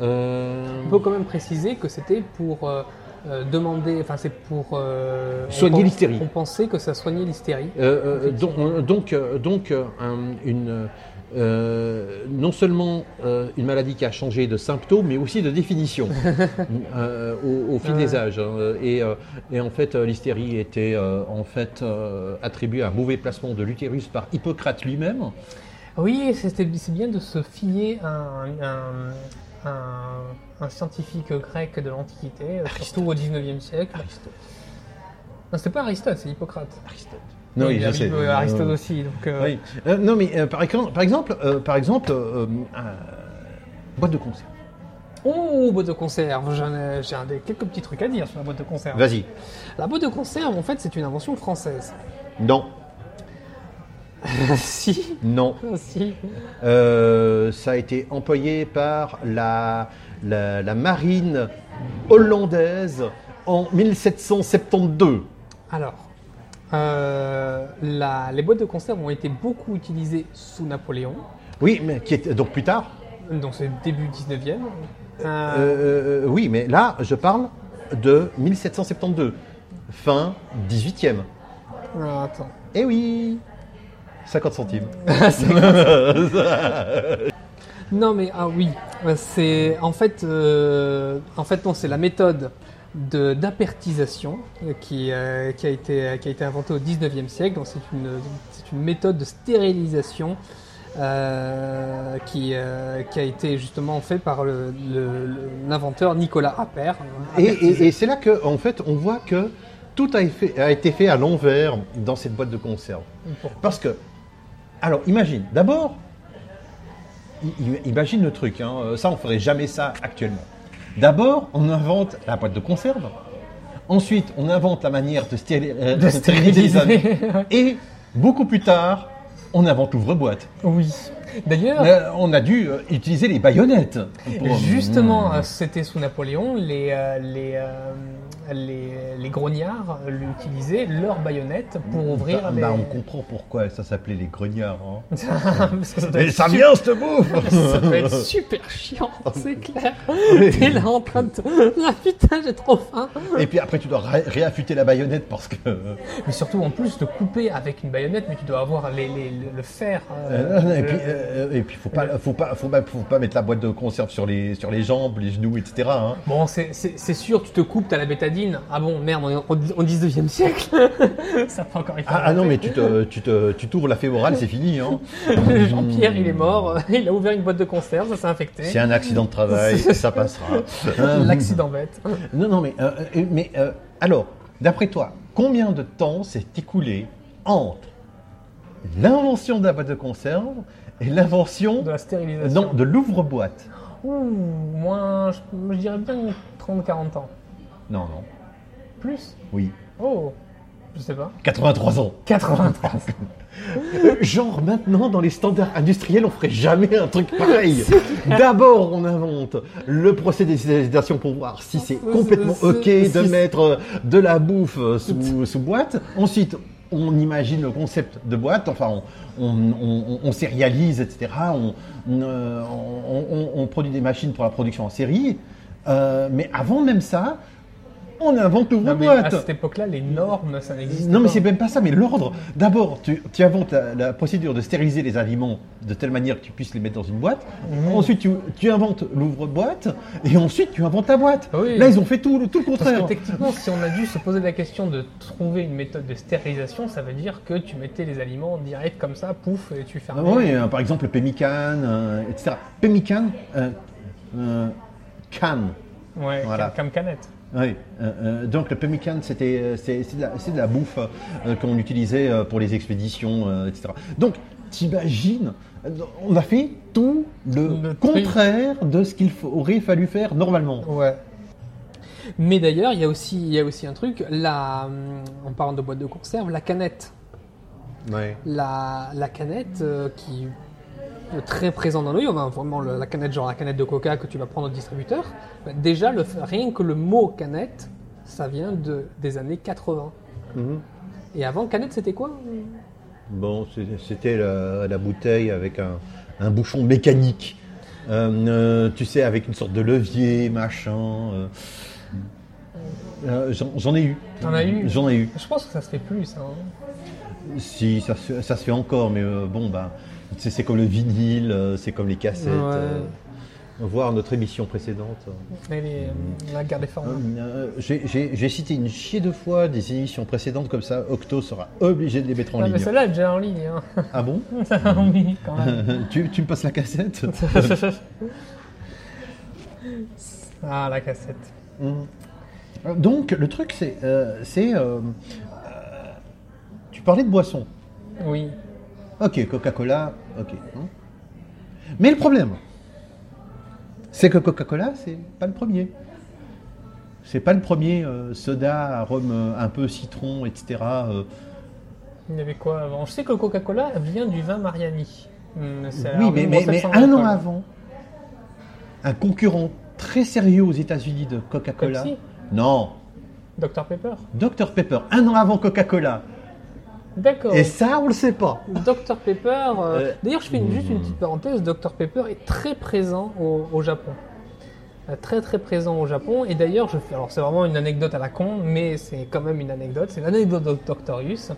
Speaker 2: Euh,
Speaker 1: On peut quand même préciser que c'était pour euh, euh, demander, enfin c'est pour euh, on
Speaker 2: Soigner
Speaker 1: pense-
Speaker 2: l'hystérie.
Speaker 1: On pensait que ça soignait l'hystérie.
Speaker 2: Euh, euh, donc, euh, donc, euh, donc, euh, un- une, euh, non seulement euh, une maladie qui a changé de symptômes, mais aussi de
Speaker 1: (laughs)
Speaker 2: définition euh, au, au fil des
Speaker 1: Ouais.
Speaker 2: âges. hein. Et, euh, et en fait, euh, l'hystérie était euh, en fait euh, attribuée à un mauvais placement de l'utérus par Hippocrate lui-même.
Speaker 1: Oui, c'était c'est bien de se fier à un, un- un- un scientifique grec de l'Antiquité, euh, surtout au 19e siècle.
Speaker 2: Aristote.
Speaker 1: Non, c'était pas Aristote, c'est Hippocrate.
Speaker 2: Aristote.
Speaker 1: Il y a Hippo- Aristote aussi, donc. euh,
Speaker 2: Oui. Euh, non, mais euh, par, exemple- par exemple, euh, par exemple, euh, euh, boîte de concert.
Speaker 1: Oh, boîte de conserve, j'en ai- j'ai un des- quelques petits trucs à dire sur la boîte de conserve.
Speaker 2: Vas-y.
Speaker 1: La boîte de conserve, en fait, c'est une invention française. (laughs)
Speaker 2: Non,
Speaker 1: si,
Speaker 2: non.
Speaker 1: si.
Speaker 2: Euh, ça a été employé par la, la, la marine hollandaise en 1772.
Speaker 1: Alors, euh, la- les boîtes de conserve ont été beaucoup utilisées sous Napoléon,
Speaker 2: Oui, mais qui était donc plus tard.
Speaker 1: dans ses débuts 19e.
Speaker 2: Euh,
Speaker 1: Euh,
Speaker 2: euh, oui, mais là, je parle de 1772, fin 18e.
Speaker 1: attends.
Speaker 2: Eh oui, 50 centimes.
Speaker 1: Non, mais ah oui, euh, c'est en fait, euh, en fait non, c'est la méthode de d'apertisation euh, qui, euh, qui a été qui a été inventée au 19e siècle. Donc c'est une c'est une méthode de stérilisation euh, qui euh, qui a été justement fait par le- le- le- l'inventeur Nicolas Appert.
Speaker 2: Et, et- et c'est là que, en fait, on voit que tout a, effet- a été fait à l'envers dans cette boîte de conserve. Parce que, alors imagine, d'abord, i- i- imagine le truc, hein, euh, ça on ferait jamais ça actuellement. D'abord, on invente la boîte de conserve, ensuite on invente la manière de, stéri- euh, de stériliser, (laughs) et beaucoup plus tard, on invente l'ouvre-boîte.
Speaker 1: oui. D'ailleurs,
Speaker 2: Euh, on a dû euh, utiliser les baïonnettes. pour- Hmm.
Speaker 1: Justement, euh, c'était sous Napoléon, les, euh, les, euh, les, les grognards l'utilisaient, leurs baïonnettes, pour ouvrir
Speaker 2: Bah,
Speaker 1: les...
Speaker 2: bah, on comprend pourquoi ça s'appelait les grognards. hein.
Speaker 1: Parce que (laughs) ça doit
Speaker 2: Mais
Speaker 1: être
Speaker 2: ça
Speaker 1: super-
Speaker 2: vient, cette bouffe
Speaker 1: ça doit
Speaker 2: (laughs)
Speaker 1: être super chiant, c'est clair. T'es là en train de... (laughs) Ah putain, j'ai trop faim.
Speaker 2: Et puis après, tu dois ré- réaffûter la baïonnette parce que. euh,
Speaker 1: Mais surtout, en plus, de couper avec une baïonnette, mais tu dois avoir les, les- le- le fer. euh,
Speaker 2: euh, et
Speaker 1: le-
Speaker 2: puis, euh, et puis faut pas, faut pas, faut pas, faut pas mettre la boîte de conserve sur les, sur les jambes, les genoux, etc. hein.
Speaker 1: Bon, c'est- c'est c'est sûr, tu te coupes, t'as la bétadine. Ah bon, merde, on est en- en 19e siècle. (laughs) ça peut encore y faire
Speaker 2: Ah, ah non,
Speaker 1: longtemps.
Speaker 2: mais tu te, tu te, tu t'ouvres la fémorale, c'est fini. Hein.
Speaker 1: (laughs) Jean-Pierre, il est mort, euh, il a ouvert une boîte de conserve, ça s'est infecté.
Speaker 2: Hmm. C'est un accident
Speaker 1: (laughs)
Speaker 2: de travail, ça passera. Euh,
Speaker 1: L'accident bête.
Speaker 2: Non, non, mais, euh, euh, mais euh, alors, d'après toi, combien de temps s'est écoulé entre l'invention de la boîte de conserve et l'invention
Speaker 1: De la stérilisation.
Speaker 2: non, de l'ouvre-boîte
Speaker 1: Ouh, moins, je, je dirais bien 30-40 ans.
Speaker 2: Non, non,
Speaker 1: Plus
Speaker 2: oui,
Speaker 1: Oh, je sais pas.
Speaker 2: 83 ans.
Speaker 1: 83.
Speaker 2: Ah, Euh, Genre maintenant dans les standards industriels on ferait jamais un truc
Speaker 1: (laughs)
Speaker 2: pareil. D'abord on invente le procédé de stérilisation pour voir si c'est complètement
Speaker 1: Ah, C'est-
Speaker 2: ok
Speaker 1: c'est-
Speaker 2: de
Speaker 1: c'est-
Speaker 2: mettre euh, de la bouffe euh, sous, sous boîte. Ensuite on imagine le concept de boîte, enfin on, on, on- on sérialise etc. On, on, euh, on- on- on produit des machines pour la production en série. Euh, mais avant même ça on invente
Speaker 1: Non,
Speaker 2: l'ouvre
Speaker 1: mais
Speaker 2: boîte.
Speaker 1: Ah, à cette époque-là, les normes, ça n'existe pas.
Speaker 2: Non, mais c'est même pas ça, mais l'ordre. D'abord, tu, tu inventes la, la procédure de stériliser les aliments de telle manière que tu puisses les mettre dans une boîte.
Speaker 1: Mhm.
Speaker 2: Ensuite, tu, tu inventes l'ouvre-boîte. Et ensuite, tu inventes ta boîte.
Speaker 1: Ah Oui.
Speaker 2: Là, ils ont fait tout, le- tout le
Speaker 1: Parce
Speaker 2: contraire.
Speaker 1: que techniquement, si on a dû se poser la question de trouver une méthode de stérilisation, ça veut dire que tu mettais les aliments direct comme ça, pouf, et tu
Speaker 2: Ah
Speaker 1: fermais.
Speaker 2: oui, euh, par exemple, le Pemmican, euh, etc. Pemmican, euh, euh, canne.
Speaker 1: Ouais,
Speaker 2: Voilà.
Speaker 1: comme, comme canette.
Speaker 2: Oui, euh, euh, donc le pemmican, c'était euh, c'est c'est de, la- c'est de la bouffe euh, qu'on utilisait euh, pour les expéditions, euh, etc. Donc, t'imagines, euh, on a fait tout le,
Speaker 1: Le tri.
Speaker 2: contraire de ce qu'il fa- aurait fallu faire normalement.
Speaker 1: Ouais. Mais d'ailleurs, il y a aussi, il y a aussi un truc, la, en parlant de boîte de conserve, la canette.
Speaker 2: Ouais.
Speaker 1: La, la canette euh, qui est très présente dans l'œil, on a vraiment le- la canette, genre la canette de coca que tu vas prendre au distributeur. Bah, déjà, le, f- rien que le mot canette, ça vient de, des années 80.
Speaker 2: Mhm.
Speaker 1: Et avant, canette, c'était quoi
Speaker 2: Bon, c'est- c'était la, la bouteille avec un, un bouchon mécanique. Euh, euh, tu sais, avec une sorte de levier, machin. euh. Euh, J'en j'en ai eu.
Speaker 1: T'en as eu
Speaker 2: J'en ai eu.
Speaker 1: Je pense que ça se fait plus, ça. hein.
Speaker 2: Si, ça se, ça se fait encore, mais euh, bon, bah, tu sais, c'est comme le vinyle, euh, c'est comme les cassettes.
Speaker 1: Ouais.
Speaker 2: euh, voir notre émission précédente.
Speaker 1: Mais les- la guerre des formes.
Speaker 2: Euh, J'ai j'ai- j'ai cité une chier de fois des émissions précédentes comme ça, Octo sera obligé de les mettre en
Speaker 1: Ah, mais
Speaker 2: ligne.
Speaker 1: celle-là est déjà en ligne.
Speaker 2: (laughs)
Speaker 1: hein.
Speaker 2: Ah bon
Speaker 1: oui, quand même.
Speaker 2: tu, tu me passes la cassette
Speaker 1: (laughs) Ah, la cassette.
Speaker 2: Mm. Donc, le truc, c'est. euh, c'est, euh, euh, tu parlais de boisson.
Speaker 1: Oui.
Speaker 2: Ok, Coca-Cola, ok. hein. Mais le problème, c'est que Coca-Cola, c'est pas le premier. C'est pas le premier euh, soda, arôme euh, un peu citron, etc. euh.
Speaker 1: Il y avait quoi avant Je sais que le Coca-Cola vient du vin Mariani. Hum, c'est
Speaker 2: oui,
Speaker 1: alors
Speaker 2: mais,
Speaker 1: une
Speaker 2: mais-
Speaker 1: recette
Speaker 2: mais
Speaker 1: sans
Speaker 2: un an
Speaker 1: alcool.
Speaker 2: avant, un concurrent très sérieux aux États-Unis de Coca-Cola.
Speaker 1: Pepsi
Speaker 2: Non,
Speaker 1: Dr Pepper.
Speaker 2: Dr Pepper, un an avant Coca-Cola.
Speaker 1: D'accord.
Speaker 2: Et ça, on le sait pas.
Speaker 1: Dr Pepper. euh,
Speaker 2: Euh,
Speaker 1: D'ailleurs, je fais une- juste une
Speaker 2: hmm.
Speaker 1: petite parenthèse. Dr Pepper est très présent au, au Japon. Euh, Très très présent au Japon. Et d'ailleurs, je fais. Alors, c'est vraiment une anecdote à la con, mais c'est quand même une anecdote. C'est l'anecdote de Doctorius.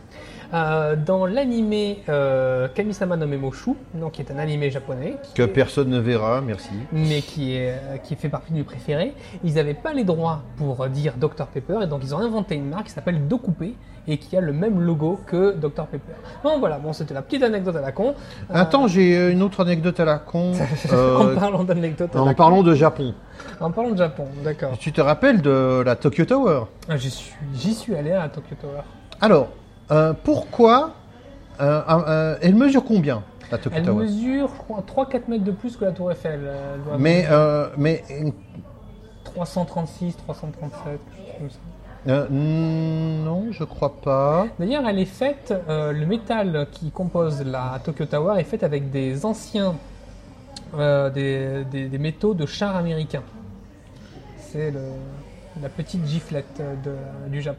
Speaker 1: Euh, dans l'animé euh, Kamisama no Memoshu, donc qui est un animé japonais, qui
Speaker 2: Que
Speaker 1: est-
Speaker 2: personne ne verra, merci.
Speaker 1: mais qui, est, euh, qui fait partie de mes préférés, ils n'avaient pas les droits pour euh, dire Dr Pepper, et donc ils ont inventé une marque qui s'appelle Docoupé, et qui a le même logo que Dr Pepper. Bon voilà, bon c'était la petite anecdote à la con,
Speaker 2: Attends, j'ai euh, une autre anecdote à la
Speaker 1: (laughs)
Speaker 2: con.
Speaker 1: en
Speaker 2: euh,
Speaker 1: parlant d'anecdote, à
Speaker 2: en
Speaker 1: la con.
Speaker 2: parlant de Japon.
Speaker 1: en parlant de Japon, d'accord.
Speaker 2: Tu te rappelles de la Tokyo Tower
Speaker 1: Ah, J'y suis, j'y suis allé à Tokyo Tower.
Speaker 2: Alors, euh, pourquoi euh, euh, Elle mesure combien, la Tokyo
Speaker 1: Elle
Speaker 2: Tower
Speaker 1: mesure, je crois, 3-4 mètres de plus que la Tour Eiffel. Elle doit
Speaker 2: Mais, euh, mais
Speaker 1: avoir 336, 337, quelque chose comme ça.
Speaker 2: euh, non, je crois pas.
Speaker 1: D'ailleurs, elle est faite, euh, le métal qui compose la Tokyo Tower est fait avec des anciens, euh, des, des- des métaux de chars américains. C'est le- la petite giflette de- du Japon.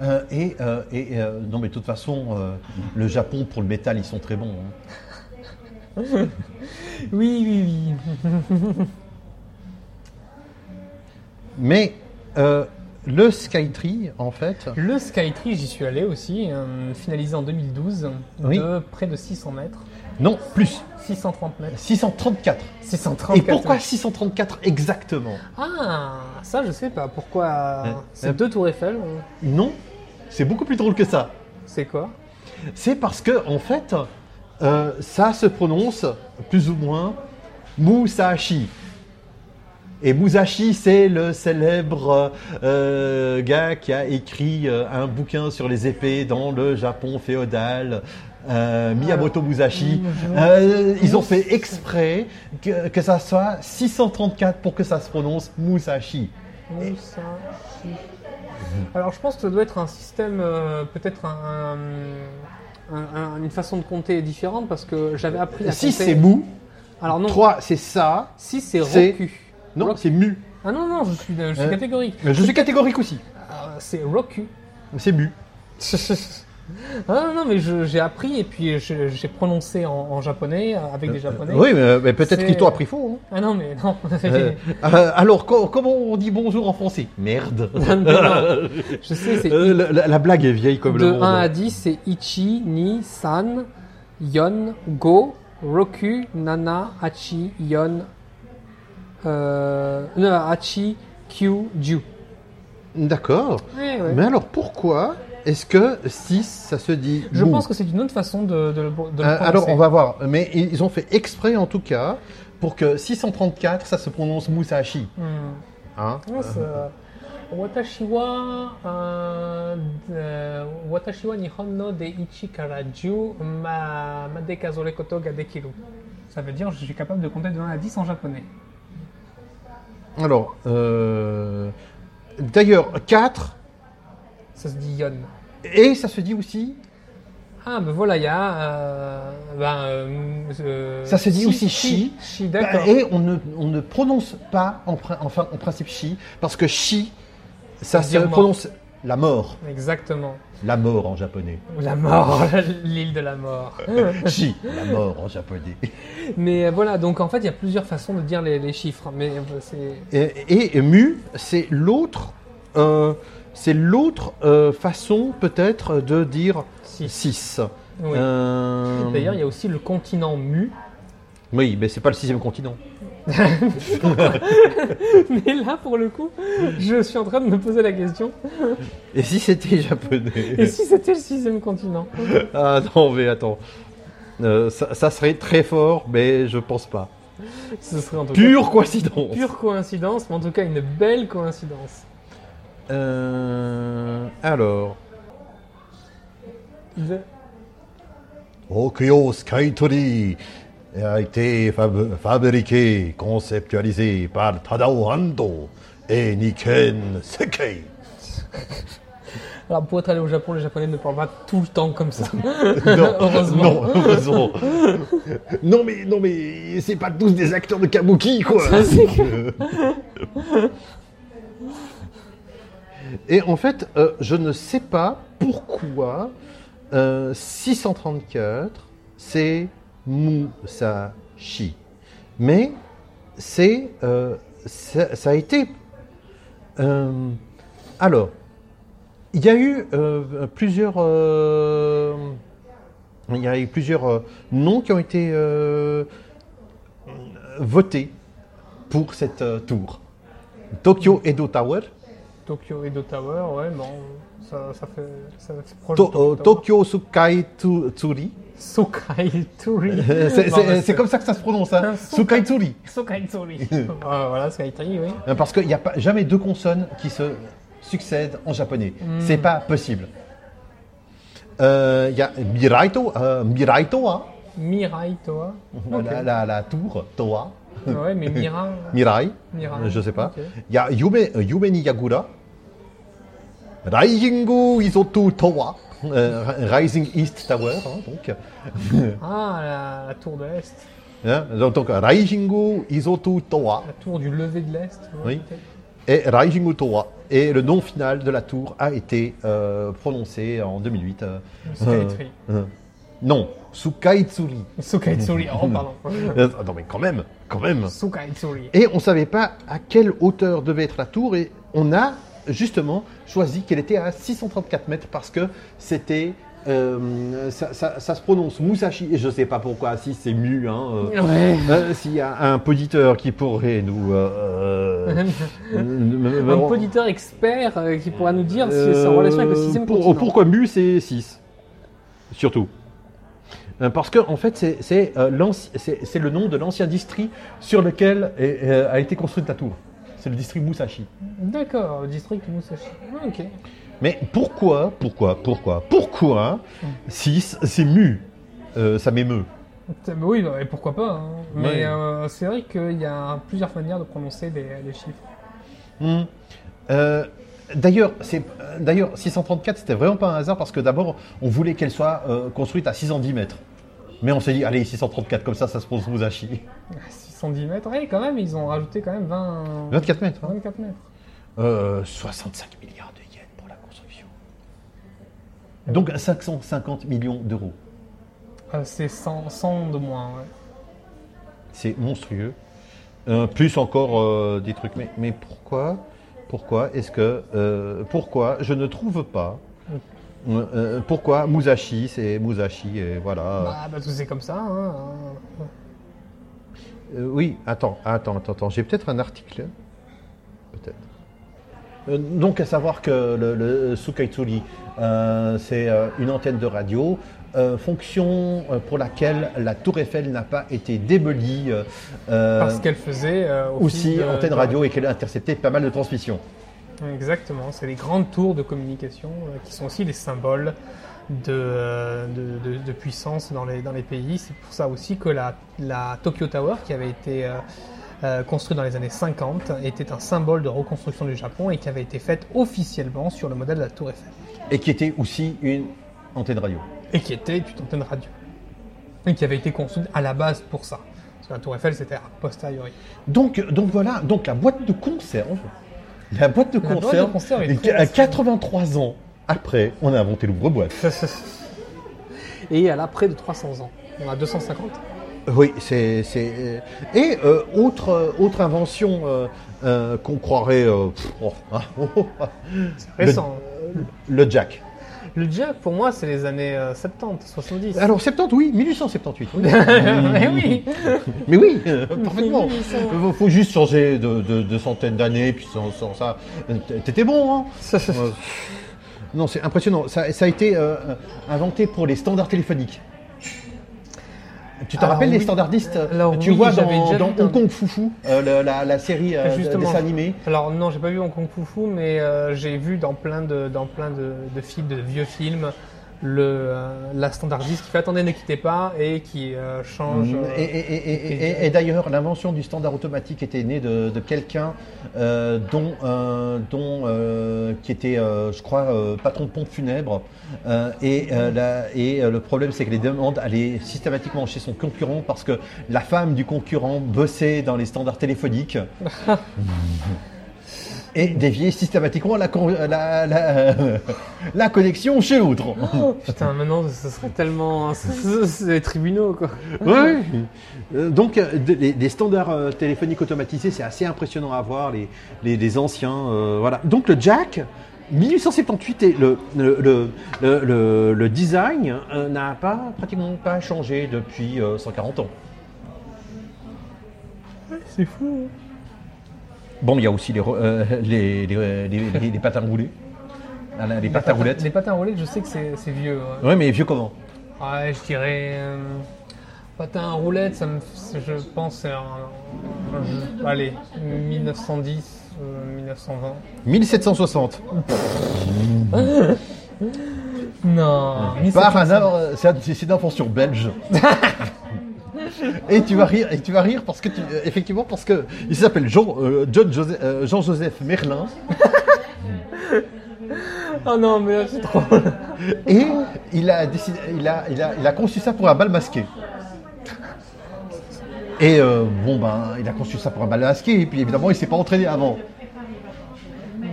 Speaker 2: Euh, et euh, et, euh, non, mais de toute façon, euh, le Japon pour le métal, ils sont très bons. hein.
Speaker 1: Oui, oui, oui.
Speaker 2: Mais euh, le Skytree, en fait,
Speaker 1: Le Skytree, j'y suis allé aussi, euh, finalisé en 2012,
Speaker 2: Oui.
Speaker 1: de près de 600 mètres.
Speaker 2: non, plus,
Speaker 1: 630 mètres.
Speaker 2: 634. Et
Speaker 1: 634
Speaker 2: pourquoi
Speaker 1: mètres.
Speaker 2: 634 exactement
Speaker 1: Ah, ça, je sais pas. Pourquoi
Speaker 2: Euh,
Speaker 1: C'est
Speaker 2: euh,
Speaker 1: deux tours Eiffel euh,
Speaker 2: Non, c'est beaucoup plus drôle que ça.
Speaker 1: C'est quoi
Speaker 2: C'est parce que, en fait, euh, ça se prononce plus ou moins Musashi. Et Musashi, c'est le célèbre euh, gars qui a écrit euh, un bouquin sur les épées dans le Japon féodal. euh, Miyamoto Musashi. Euh, ils ont fait exprès que, que ça soit 634 pour que ça se prononce Musashi.
Speaker 1: Moussa, si. Alors je pense que ça doit être un système, euh, peut-être un, un- un- une façon de compter différente parce que j'avais appris à
Speaker 2: 6
Speaker 1: compter.
Speaker 2: c'est Mu,
Speaker 1: Alors non,
Speaker 2: 3 c'est ça,
Speaker 1: 6 c'est
Speaker 2: c'est-
Speaker 1: Roku.
Speaker 2: non
Speaker 1: Rock.
Speaker 2: c'est Mu.
Speaker 1: Ah non, non, je suis, je suis
Speaker 2: Euh.
Speaker 1: catégorique.
Speaker 2: Je suis catégorique aussi,
Speaker 1: Ah, c'est Roku. (laughs)
Speaker 2: c'est Mu.
Speaker 1: ah non, non, mais je- j'ai appris et puis je- j'ai prononcé en, en japonais euh, avec des japonais.
Speaker 2: Oui, mais, euh, mais peut-être
Speaker 1: C'est-
Speaker 2: qu'ils t'ont appris faux. hein.
Speaker 1: Ah non, mais non. (laughs)
Speaker 2: Euh, euh, alors, co- comment on dit bonjour en français Merde.
Speaker 1: Mais non. Je sais, c'est
Speaker 2: Euh, la, la- la blague est vieille comme
Speaker 1: de
Speaker 2: le monde.
Speaker 1: 1 à 10, c'est Ichi, Ni, San, Yon, Go, Roku, Nana, Hachi, Yon, euh, non, Hachi, Kyu, Ju.
Speaker 2: D'accord.
Speaker 1: Ouais, ouais.
Speaker 2: Mais alors, pourquoi est-ce que 6, ça se dit
Speaker 1: Je
Speaker 2: Mu
Speaker 1: pense que c'est une autre façon de, de le, de le
Speaker 2: Euh,
Speaker 1: prononcer.
Speaker 2: Alors, on va voir. Mais ils ont fait exprès, en tout cas, pour que 634, ça se prononce Musashi.
Speaker 1: Hmm.
Speaker 2: Hein
Speaker 1: Ouais, c'est, euh, Watashi wa, euh, de- watashi wa nihon no de ichi kara ju ma, ma dekazore koto ga dekiru. Ça veut dire je suis capable de compter de 1 à 10 en japonais.
Speaker 2: Alors, euh, D'ailleurs, 4,
Speaker 1: Ça se dit Yon.
Speaker 2: et ça se dit aussi,
Speaker 1: Ah, ben voilà, il y a. euh, ben, euh, euh,
Speaker 2: Ça se dit aussi
Speaker 1: Chi. Chi,
Speaker 2: Bah,
Speaker 1: d'accord.
Speaker 2: et on ne, on ne prononce pas, en, prin- enfin, en principe, chi, parce que chi, ça
Speaker 1: veut
Speaker 2: se
Speaker 1: dire mort.
Speaker 2: prononce la mort,
Speaker 1: Exactement.
Speaker 2: la mort
Speaker 1: (laughs)
Speaker 2: en japonais.
Speaker 1: La mort, l'île de la mort.
Speaker 2: chi, la mort en japonais.
Speaker 1: Mais euh, voilà, donc en fait, il y a plusieurs façons de dire les, les chiffres. Mais euh, c'est.
Speaker 2: Et, et mu, c'est l'autre, euh, c'est l'autre euh, façon peut-être de dire
Speaker 1: Si.
Speaker 2: 6.
Speaker 1: Oui. D'ailleurs, il y a aussi le continent mu. (laughs)
Speaker 2: Oui, mais c'est pas le sixième continent.
Speaker 1: Mais là, pour le coup, je suis en train de me poser la question.
Speaker 2: Et si c'était
Speaker 1: Et
Speaker 2: japonais
Speaker 1: si c'était le sixième continent
Speaker 2: (laughs) Ah non, mais attends. Euh, ça, ça serait très fort, mais je pense pas.
Speaker 1: Ce serait en tout cas
Speaker 2: Pure coïncidence.
Speaker 1: pure coïncidence, mais en tout cas une belle coïncidence.
Speaker 2: Euh, alors.
Speaker 1: De-
Speaker 2: Okyo Skytori a été fab- fabriqué, conceptualisé par Tadao Ando et Niken Sekei.
Speaker 1: Alors, pour être allé au Japon, les Japonais ne parlent pas tout le temps comme ça.
Speaker 2: Non,
Speaker 1: Heureusement.
Speaker 2: Non, heureusement. non, mais, non, mais c'est pas tous des acteurs de kabuki, quoi.
Speaker 1: Ça, c'est
Speaker 2: Et en fait, euh, je ne sais pas pourquoi euh, 634, c'est Musashi. Mais c'est, euh, ça, ça a été... euh, alors, il y a eu euh, plusieurs... euh, il y a eu plusieurs euh, noms qui ont été euh, votés pour cette euh, tour. Tokyo Edo Tower,
Speaker 1: Tokyo Edo Tower, ouais, bon, ça, ça fait, ça fait proche
Speaker 2: To-
Speaker 1: de Tokyo Tower.
Speaker 2: euh, Tokyo Sukai Tu- Tsuri.
Speaker 1: Sokai Tori.
Speaker 2: Euh, (laughs) c'est-
Speaker 1: Non,
Speaker 2: C'est
Speaker 1: mais
Speaker 2: c'est comme ça que ça se prononce, hein.
Speaker 1: Un Sukai.
Speaker 2: Sukai Tsuri.
Speaker 1: Sokai Tori. Ah, (laughs) voilà, Sokai Tori, oui.
Speaker 2: Hein, Parce qu'il n'y a pas- jamais deux consonnes qui se succèdent en japonais. C'est pas possible. Euh, Il y a Miraito, euh, Miraitoa,
Speaker 1: Mirai
Speaker 2: (laughs)
Speaker 1: Toa.
Speaker 2: la, la- la tour, Toa,
Speaker 1: Ouais, mais Mira.
Speaker 2: Mirai,
Speaker 1: Mirai.
Speaker 2: je sais pas.
Speaker 1: Ok.
Speaker 2: Il y a Yume, euh, Yume Niyagura, Raijingu Isotu Toa, euh, Ra- Rising East Tower, hein, donc. (laughs)
Speaker 1: Ah, la, la tour de l'Est.
Speaker 2: Hein, donc, donc, Raijingu Isotu Toa
Speaker 1: La tour du lever de l'Est. ouais,
Speaker 2: Oui.
Speaker 1: peut-être.
Speaker 2: et Raijingu Toa. Et le nom final de la tour a été euh, prononcé en 2008. euh,
Speaker 1: Sokai
Speaker 2: euh,
Speaker 1: Tori.
Speaker 2: euh, non, Sukaitsuri.
Speaker 1: Sokai Tori. Oh, pardon.
Speaker 2: (laughs) Euh, non, mais quand même, quand même.
Speaker 1: Sokai Tori.
Speaker 2: Et on ne savait pas à quelle hauteur devait être la tour et on a justement choisi qu'elle était à 634 mètres parce que c'était. euh, ça, ça- ça se prononce Musashi, et je ne sais pas pourquoi, si c'est mu, hein, euh,
Speaker 3: Ouais.
Speaker 2: Euh, S'il y a un poditeur qui pourrait nous. euh, euh,
Speaker 1: Un
Speaker 2: euh,
Speaker 1: auditeur expert euh, qui pourra nous dire si c'est
Speaker 2: euh,
Speaker 1: en relation avec le sixième
Speaker 2: pour-
Speaker 1: continent.
Speaker 2: Pourquoi mu c'est 6 Surtout. Euh, Parce que, en fait, c'est- c'est euh, l'anci- c'est- c'est le nom de l'ancien district sur lequel est- euh, a été construite la tour. C'est le district Musashi.
Speaker 1: D'accord, district Musashi. Ah, Ok.
Speaker 2: Mais pourquoi, pourquoi, pourquoi, pourquoi 6 c'est mu Euh, Ça m'émeut.
Speaker 1: Ça, bah oui, bah, et pourquoi pas. hein. Mais
Speaker 2: Ouais.
Speaker 1: euh, c'est vrai qu'il y a plusieurs manières de prononcer les, les chiffres. (laughs)
Speaker 2: Hmm. Euh, D'ailleurs, c'est- euh, d'ailleurs, 634, c'était vraiment pas un hasard parce que d'abord, on voulait qu'elle soit euh, construite à 610 mètres. Mais on s'est dit, allez, 634, comme ça, ça se pose Musashi.
Speaker 1: 610 mètres, ouais, quand même, ils ont rajouté quand même 20...
Speaker 2: 24 mètres. hein.
Speaker 1: 24 mètres.
Speaker 2: Euh, 65 milliards de yens pour la construction. Donc 550 millions d'euros.
Speaker 1: Euh, c'est 100, 100 de moins, ouais.
Speaker 2: C'est monstrueux. Euh, plus encore euh, des trucs. Mais, mais pourquoi Pourquoi est-ce que. euh, pourquoi je ne trouve pas. euh, euh, pourquoi Musashi, c'est Musashi, et voilà.
Speaker 1: Bah, bah, tout c'est comme ça, hein.
Speaker 2: Euh, oui, attends, attends, attends, attends. J'ai peut-être un article. Peut-être. Euh, donc, à savoir que le, le Sukaitsuri, euh, c'est euh, une antenne de radio, euh, fonction euh, pour laquelle la Tour Eiffel n'a pas été démolie. euh, euh,
Speaker 1: Parce qu'elle faisait... euh, au
Speaker 2: aussi
Speaker 1: fil de-
Speaker 2: antenne radio et qu'elle a intercepté pas mal de transmissions.
Speaker 1: Exactement, c'est les grandes tours de communication euh, qui sont aussi les symboles de, euh, de, de- de puissance dans les, dans les pays. C'est pour ça aussi que la, la Tokyo Tower, qui avait été euh, euh, construit dans les années 50, était un symbole de reconstruction du Japon et qui avait été faite officiellement sur le modèle de la Tour Eiffel.
Speaker 2: Et qui était aussi une antenne radio.
Speaker 1: Et qui était une antenne radio. Et qui avait été construite à la base pour ça. Parce que la Tour Eiffel, c'était a posteriori.
Speaker 2: Donc, donc voilà, donc la boîte de conserve, la boîte de
Speaker 1: La boîte de
Speaker 2: conserve,
Speaker 1: conserve est
Speaker 2: et
Speaker 1: très
Speaker 2: qu'à- à 83 ans après, on a inventé l'ouvre-boîte.
Speaker 1: Et elle a près de 300 ans. On a 250.
Speaker 2: Oui, c'est. c'est, euh, Et euh, autre, euh, autre invention euh, euh, qu'on croirait. euh, pff, oh, hein, oh, oh, ah,
Speaker 1: Récent. hein.
Speaker 2: le jack.
Speaker 1: Le jack, pour moi, c'est les années euh, 70, 70.
Speaker 2: Alors, 70, oui, 1878. oui.
Speaker 1: (laughs) Eh oui
Speaker 2: Mais oui, euh, parfaitement.
Speaker 1: Oui, oui, ça va.
Speaker 2: Il faut juste changer de, de- de centaines d'années, puis sans, sans ça. euh, T'étais bon, hein Euh, Non, c'est impressionnant. Ça, ça a été euh, euh, inventé pour les standards téléphoniques. Tu te
Speaker 1: Alors,
Speaker 2: rappelles les
Speaker 1: oui.
Speaker 2: standardistes euh,
Speaker 1: Alors,
Speaker 2: Tu
Speaker 1: oui,
Speaker 2: vois
Speaker 1: j'avais
Speaker 2: dans,
Speaker 1: déjà
Speaker 2: dans
Speaker 1: vu dans-
Speaker 2: Hong Kong Foufou, euh, le- la, la série euh, de-
Speaker 1: Justement.
Speaker 2: dessin animé.
Speaker 1: Alors non, j'ai pas vu Hong Kong Foufou, mais euh, j'ai vu dans plein de dans plein de, de films, de vieux films, le euh, la standardiste qui fait attendez ne quittez pas et qui euh, change. euh,
Speaker 2: Mm. Et, et- et- et- et- et d'ailleurs, l'invention du standard automatique était née de, de quelqu'un euh, dont, euh, dont euh, qui était, euh, je crois, euh, patron de pompe funèbre. Euh, et euh, la- et euh, le problème, c'est que les demandes allaient systématiquement chez son concurrent parce que la femme du concurrent bossait dans les standards téléphoniques. Et déviait systématiquement la, con- la, la- la connexion chez l'autre.
Speaker 1: Putain, maintenant ce serait tellement (laughs) c'est les tribunaux quoi.
Speaker 2: Oui. Euh, Donc, euh, de- les, les standards euh, téléphoniques automatisés, c'est assez impressionnant à voir, les, les, les anciens. euh, voilà. Donc, le jack, 1878, et le, le, le, le, le- le design euh, n'a pas, pratiquement pas changé depuis euh, 140 ans.
Speaker 1: C'est fou.
Speaker 2: hein. Bon, il y a aussi les, re- euh, (laughs) les, les, les, les- les patins roulés. Ah, là, Les patins roulettes.
Speaker 1: Les patins à roulettes, je sais que c'est c'est vieux. Ouais.
Speaker 2: Oui, mais vieux comment
Speaker 1: Ouais, je dirais euh, patins à roulettes, ça me f- je pense à un- un jeu. allez 1910, euh, 1920.
Speaker 2: 1760.
Speaker 1: Non,
Speaker 2: Par un arbre, c'est un- euh, c'est une invention belge. et tu vas rire, et tu vas rire parce que tu- euh, effectivement parce que il s'appelle Jean euh, John Joseph, euh, Jean Joseph Merlin
Speaker 1: Oh non, mais là c'est trop.
Speaker 2: et il a décidé, il a, il a, il a conçu ça pour un bal masqué. Et euh, bon ben, il a conçu ça pour un bal masqué et puis évidemment il s'est pas entraîné avant.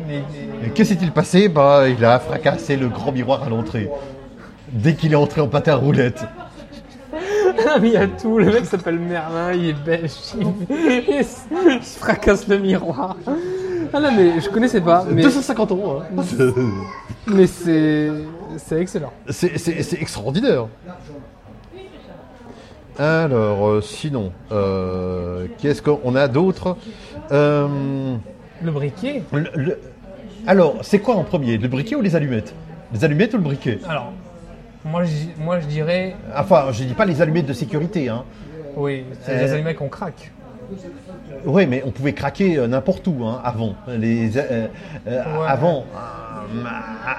Speaker 1: Mais-
Speaker 2: Et que s'est-il passé Ben, il a fracassé le grand miroir à l'entrée. Dès qu'il est entré en patin roulette.
Speaker 1: mais (laughs) il y a tout. Le mec s'appelle Merlin, il est belge. Il, (laughs) il se fracasse le miroir.
Speaker 3: Ah non, mais je connaissais pas, mais,
Speaker 2: 250 euros. hein.
Speaker 3: mais c'est.
Speaker 1: C'est excellent.
Speaker 2: C'est- C'est c'est extraordinaire. Alors, euh, sinon, euh, qu'est-ce qu'on a d'autre Euh,
Speaker 1: Le briquet.
Speaker 2: le- le- Alors, c'est quoi en premier Le briquet ou les allumettes Les allumettes ou le briquet
Speaker 1: Alors, moi je, moi, je dirais. euh,
Speaker 2: Enfin, je dis pas les allumettes de sécurité. Hein.
Speaker 1: Oui, c'est
Speaker 2: Euh.
Speaker 1: les animaux qu'on craque.
Speaker 2: Oui, mais on pouvait craquer euh, n'importe où hein, avant. Les, euh, euh,
Speaker 1: Ouais.
Speaker 2: Avant. euh,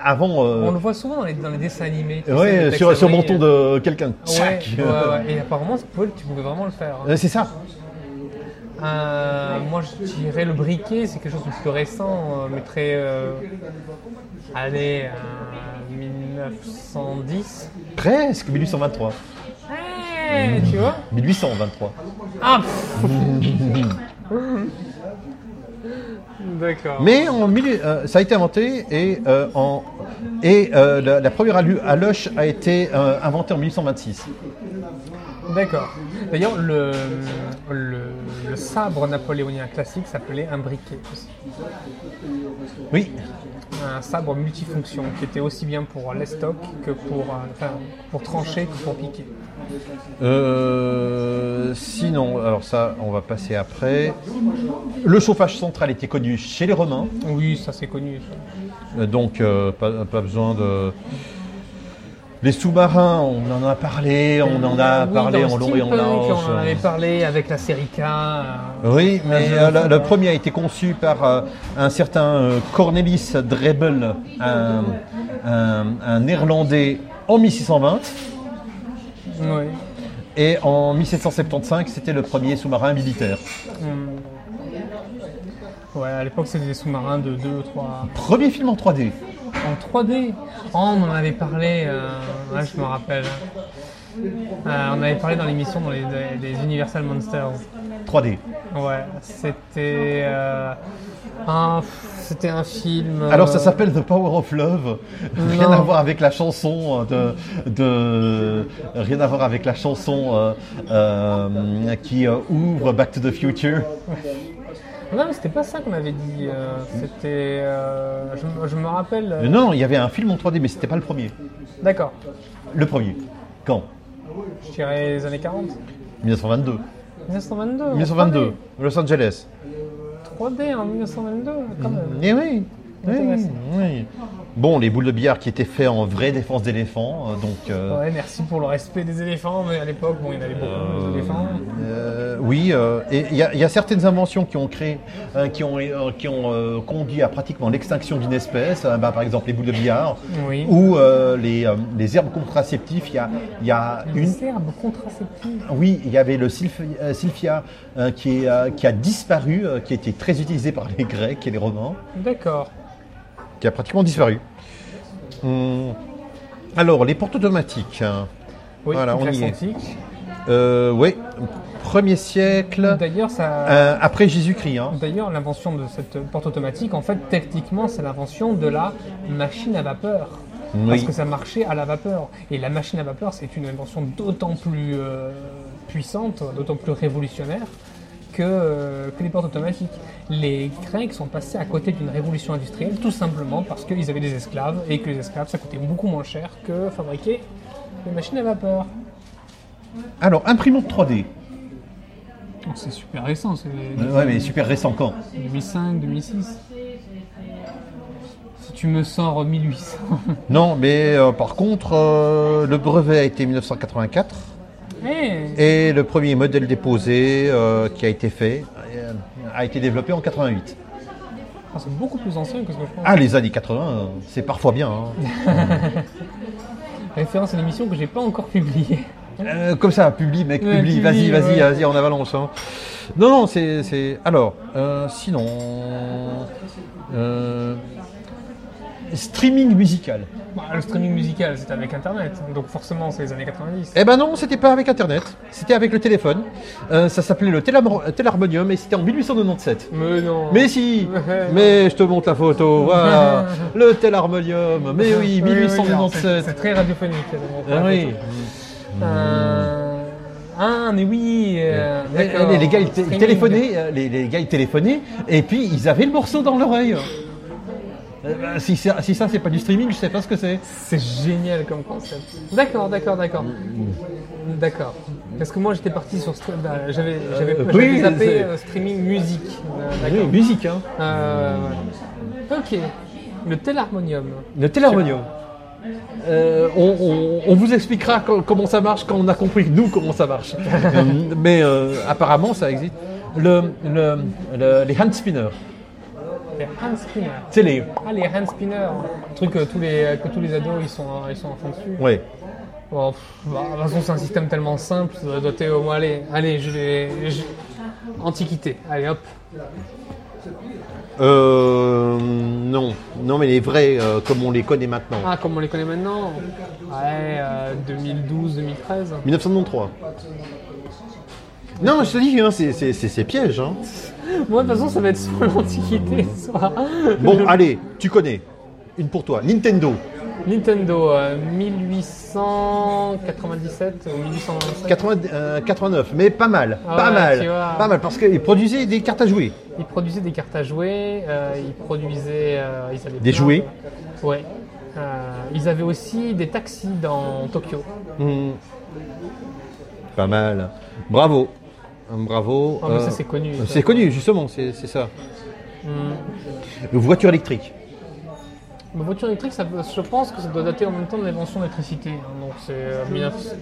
Speaker 2: avant. euh,
Speaker 1: On le voit souvent dans les, dans les dessins animés. tu sais,
Speaker 2: ouais,
Speaker 1: les
Speaker 2: sur,
Speaker 1: Tex
Speaker 2: sur le
Speaker 1: Avery.
Speaker 2: menton de quelqu'un. Tchac
Speaker 1: euh. Ouais, ouais, ouais. Et apparemment, Paul, tu pouvais vraiment le faire. hein.
Speaker 2: (laughs) Euh, C'est ça.
Speaker 1: Euh, moi, je dirais le briquet, c'est quelque chose de plus récent, euh, mais très. euh, allez, euh, 1910.
Speaker 2: Presque 1823.
Speaker 1: Ouais, tu vois
Speaker 2: 1823.
Speaker 1: Ah (laughs) D'accord.
Speaker 2: Mais en mille- euh, ça a été inventé et, euh, en, et euh, la, la première alu- aloche a été euh, inventée en 1826.
Speaker 1: D'accord. D'ailleurs, le, le, le sabre napoléonien classique s'appelait un briquet aussi.
Speaker 2: Oui,
Speaker 1: Un sabre multifonction qui était aussi bien pour l'estoc que pour, euh, enfin, pour trancher que pour piquer.
Speaker 2: Euh, sinon, alors ça, on va passer après. Le chauffage central était connu chez les Romains,
Speaker 1: Oui, ça c'est connu. ça.
Speaker 2: euh, donc euh, pas, pas besoin de. Les sous-marins, on en a parlé, on en a
Speaker 1: Oui,
Speaker 2: parlé
Speaker 1: dans le
Speaker 2: en euh, long et en
Speaker 1: steampunk,
Speaker 2: large.
Speaker 1: On en avait parlé avec la série K. euh,
Speaker 2: Oui, mais
Speaker 1: Mais,
Speaker 2: euh,
Speaker 1: euh,
Speaker 2: le, le premier a été conçu par euh, un certain euh, Cornelis Drebel, un, un- un Néerlandais en 1620.
Speaker 1: Oui.
Speaker 2: Et en 1775, c'était le premier sous-marin militaire.
Speaker 1: Hum. Ouais, à l'époque, c'était des sous-marins de 2, 3.
Speaker 2: Premier film en 3D.
Speaker 1: En 3D Oh, on en avait parlé, euh, ouais, je me rappelle. Euh, on avait parlé dans l'émission dans les, des- des Universal Monsters.
Speaker 2: 3D.
Speaker 1: Ouais, c'était euh, un, c'était un film. euh,
Speaker 2: Alors ça s'appelle The Power of Love. Rien
Speaker 1: Non.
Speaker 2: à voir avec la chanson euh, de, de rien à voir avec la chanson euh, euh, qui euh, ouvre Back to the Future. Euh,
Speaker 1: Non, mais c'était pas ça qu'on avait dit. euh, c'était, euh, je, me- je me rappelle. euh,
Speaker 2: Non, il y avait un film en 3D, mais c'était pas le premier.
Speaker 1: D'accord.
Speaker 2: Le premier. Quand
Speaker 1: Je dirais les années 40.
Speaker 2: 1922.
Speaker 1: 1922. en
Speaker 2: 1922.
Speaker 1: Ah,
Speaker 2: Los Angeles.
Speaker 1: 3D en 1922, quand même.
Speaker 2: Eh oui. oui,
Speaker 1: Intéressant.
Speaker 2: oui. Bon, les boules de billard qui étaient faites en vraie défense d'éléphant, euh, donc. euh,
Speaker 1: Ouais, merci pour le respect des éléphants, mais à l'époque, bon, il y en avait beaucoup, hein,
Speaker 2: Euh,
Speaker 1: des éléphants.
Speaker 2: euh, oui, euh, et il y, a- il y a certaines inventions qui ont créé, euh, qui ont, euh, qui ont euh, conduit à pratiquement l'extinction d'une espèce. euh, bah, par exemple, les boules de billard
Speaker 1: Oui.
Speaker 2: ou euh, les, euh, les herbes contraceptives. Il y a, il y a une.
Speaker 1: Des herbes contraceptives.
Speaker 2: Oui, il y avait le sylph- euh, sylphia euh, qui, est, euh, qui a disparu, euh, qui était très utilisé par les Grecs et les Romains,
Speaker 1: D'accord.
Speaker 2: qui a pratiquement disparu. Hum. Alors, les portes automatiques.
Speaker 1: Oui,
Speaker 2: Voilà,
Speaker 1: toute
Speaker 2: on
Speaker 1: la
Speaker 2: y est.
Speaker 1: scientifique.
Speaker 2: Euh, oui, premier siècle,
Speaker 1: D'ailleurs, ça.
Speaker 2: euh, après Jésus-Christ. hein.
Speaker 1: D'ailleurs, l'invention de cette porte automatique, en fait, techniquement, c'est l'invention de la machine à vapeur. Parce
Speaker 2: Oui.
Speaker 1: que ça marchait à la vapeur. Et la machine à vapeur, c'est une invention d'autant plus euh, puissante, d'autant plus révolutionnaire que, euh, que les portes automatiques. Les Grecs sont passés à côté d'une révolution industrielle tout simplement parce qu'ils avaient des esclaves et que les esclaves, ça coûtait beaucoup moins cher que fabriquer des machines à vapeur.
Speaker 2: Alors, imprimante 3D.
Speaker 1: C'est super récent, c'est
Speaker 2: Ouais, mais super récent quand
Speaker 1: 2005, 2006. Si tu me sors 1800.
Speaker 2: Non, mais euh, par contre, euh, le brevet a été 1984
Speaker 1: (laughs) Eh,
Speaker 2: et le premier modèle déposé euh, qui a été fait euh, a été développé en 88.
Speaker 1: ah, c'est beaucoup plus ancien que ce que je pense.
Speaker 2: Ah, les années 80, euh, c'est parfois bien. hein.
Speaker 1: Référence à une émission que j'ai pas encore publiée.
Speaker 2: Euh, comme ça, publie, mec,
Speaker 1: Ouais, publie,
Speaker 2: publie, vas-y, vas-y,
Speaker 1: ouais.
Speaker 2: vas-y, en avalanche. hein. Non, non, c'est. c'est- Alors, euh, sinon. euh, Streaming musical.
Speaker 1: (laughs) Bah, le streaming musical, c'était avec Internet, donc forcément, c'est les années 90.
Speaker 2: Eh ben non, c'était pas avec Internet, c'était avec le téléphone. Euh, ça s'appelait le Télam- Télarmonium et c'était en 1897.
Speaker 1: Mais non.
Speaker 2: Mais si Mais je te montre la photo,
Speaker 1: (laughs)
Speaker 2: voilà Le Télarmonium, mais oui,
Speaker 1: Ah, Oui, oui, alors, c'est-
Speaker 2: 1897
Speaker 1: C'est très radiophonique. donc,
Speaker 2: Ah oui.
Speaker 1: Euh, Ah, mais oui. euh, d'accord.
Speaker 2: Les, les gars, ils t-
Speaker 1: Streaming.
Speaker 2: téléphonaient, euh, les, les gars, ils téléphonaient, et puis ils avaient le morceau dans l'oreille. Euh, ben, si, ça- si ça, c'est pas du streaming, je sais pas ce que c'est.
Speaker 1: C'est génial comme concept. D'accord, d'accord, d'accord. D'accord. Parce que moi j'étais parti sur stre- bah, j'avais j'avais
Speaker 2: Euh,
Speaker 1: j'avais
Speaker 2: oui,
Speaker 1: zappé
Speaker 2: c'est-
Speaker 1: euh, streaming musique. Euh,
Speaker 2: Oui,
Speaker 1: d'accord.
Speaker 2: musique, hein.
Speaker 1: Euh, voilà. Ok. Le Telharmonium.
Speaker 2: Le Télarmonium. Euh, on, on- on vous expliquera co- comment ça marche quand on a compris, nous, comment ça (laughs) marche. Euh, Mais euh, apparemment, ça existe. Le, le- le- les hand spinners.
Speaker 1: Les hand spinners.
Speaker 2: C'est les.
Speaker 1: Ah les hand spinners. Le truc que tous les que tous les ados ils sont ils sont en fond dessus.
Speaker 2: Ouais.
Speaker 1: Bon, pff, bah, de toute façon c'est un système tellement simple. Ça doit être au moins allez allez je vais je- antiquité. Allez hop.
Speaker 2: Euh, non. Non, mais les vrais, euh, comme on les connaît maintenant.
Speaker 1: Ah comme on les connaît maintenant. Ouais euh, 2012 2013.
Speaker 2: 1993. Non, je te dis, hein, c'est- c'est c'est- c'est piège. hein.
Speaker 1: Moi, de toute façon, ça va être sur (laughs) l'Antiquité ce soir. (laughs)
Speaker 2: Bon, allez, tu connais. Une pour toi. Nintendo,
Speaker 1: Nintendo, euh, 1897 ou 1897.
Speaker 2: 80 euh, 89, mais pas mal.
Speaker 1: Ah
Speaker 2: pas
Speaker 1: ouais,
Speaker 2: mal.
Speaker 1: tu vois.
Speaker 2: Pas mal, parce qu'ils produisaient des cartes à jouer.
Speaker 1: Ils produisaient des cartes à jouer, euh, ils produisaient. euh, ils avaient
Speaker 2: Des
Speaker 1: plein
Speaker 2: jouets.
Speaker 1: de- Ouais. Euh, ils avaient aussi des taxis dans Tokyo. Mm.
Speaker 2: Hmm. Pas mal. Bravo. Hum, Bravo.
Speaker 1: Ah, mais
Speaker 2: Euh,
Speaker 1: ça, c'est connu, ça.
Speaker 2: C'est connu, justement, c'est c'est ça.
Speaker 1: Mm.
Speaker 2: Voiture électrique.
Speaker 1: Mais voiture électrique, ça, peut- je pense que ça doit dater en même temps de l'invention de l'électricité. hein. donc c'est euh, 1900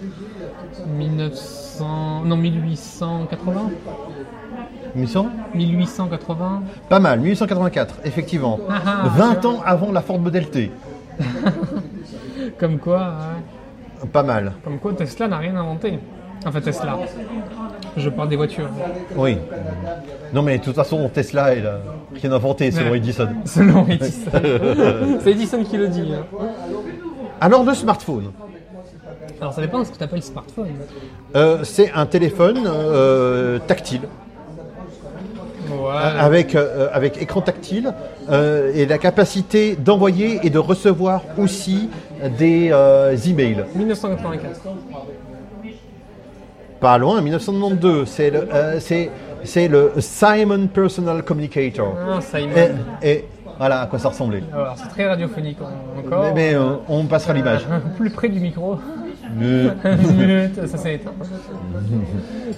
Speaker 1: 1900 non 1880,
Speaker 2: 1800
Speaker 1: 1880.
Speaker 2: Pas mal, 1884, effectivement.
Speaker 1: Ah, ah,
Speaker 2: 20
Speaker 1: tu vois.
Speaker 2: ans avant la Ford Model T.
Speaker 1: Comme quoi. ouais.
Speaker 2: Pas mal.
Speaker 1: Comme quoi Tesla n'a rien inventé. Enfin, Tesla. Je parle des voitures. (laughs)
Speaker 2: Oui. Non, mais de toute façon, Tesla, il a rien inventé, selon
Speaker 1: Ouais.
Speaker 2: Edison.
Speaker 1: Selon
Speaker 2: (laughs)
Speaker 1: Edison. C'est Edison qui le dit. hein.
Speaker 2: Alors, le smartphone.
Speaker 1: Alors, ça dépend de ce que tu appelles smartphone.
Speaker 2: Euh, c'est un téléphone euh, tactile,
Speaker 1: Ouais.
Speaker 2: avec, euh, avec écran tactile, euh, et la capacité d'envoyer et de recevoir aussi des euh, emails.
Speaker 1: 1984.
Speaker 2: Pas loin, 1992, c'est le, euh, c'est- c'est le Simon Personal Communicator.
Speaker 1: Ah, Simon.
Speaker 2: Et, et voilà à quoi ça ressemblait.
Speaker 1: Alors, c'est très radiophonique en- encore.
Speaker 2: Eh. Mais, mais, euh, on passera l'image.
Speaker 1: (laughs) Plus près du micro.
Speaker 2: Euh,
Speaker 1: Minute, ça s'est éteint.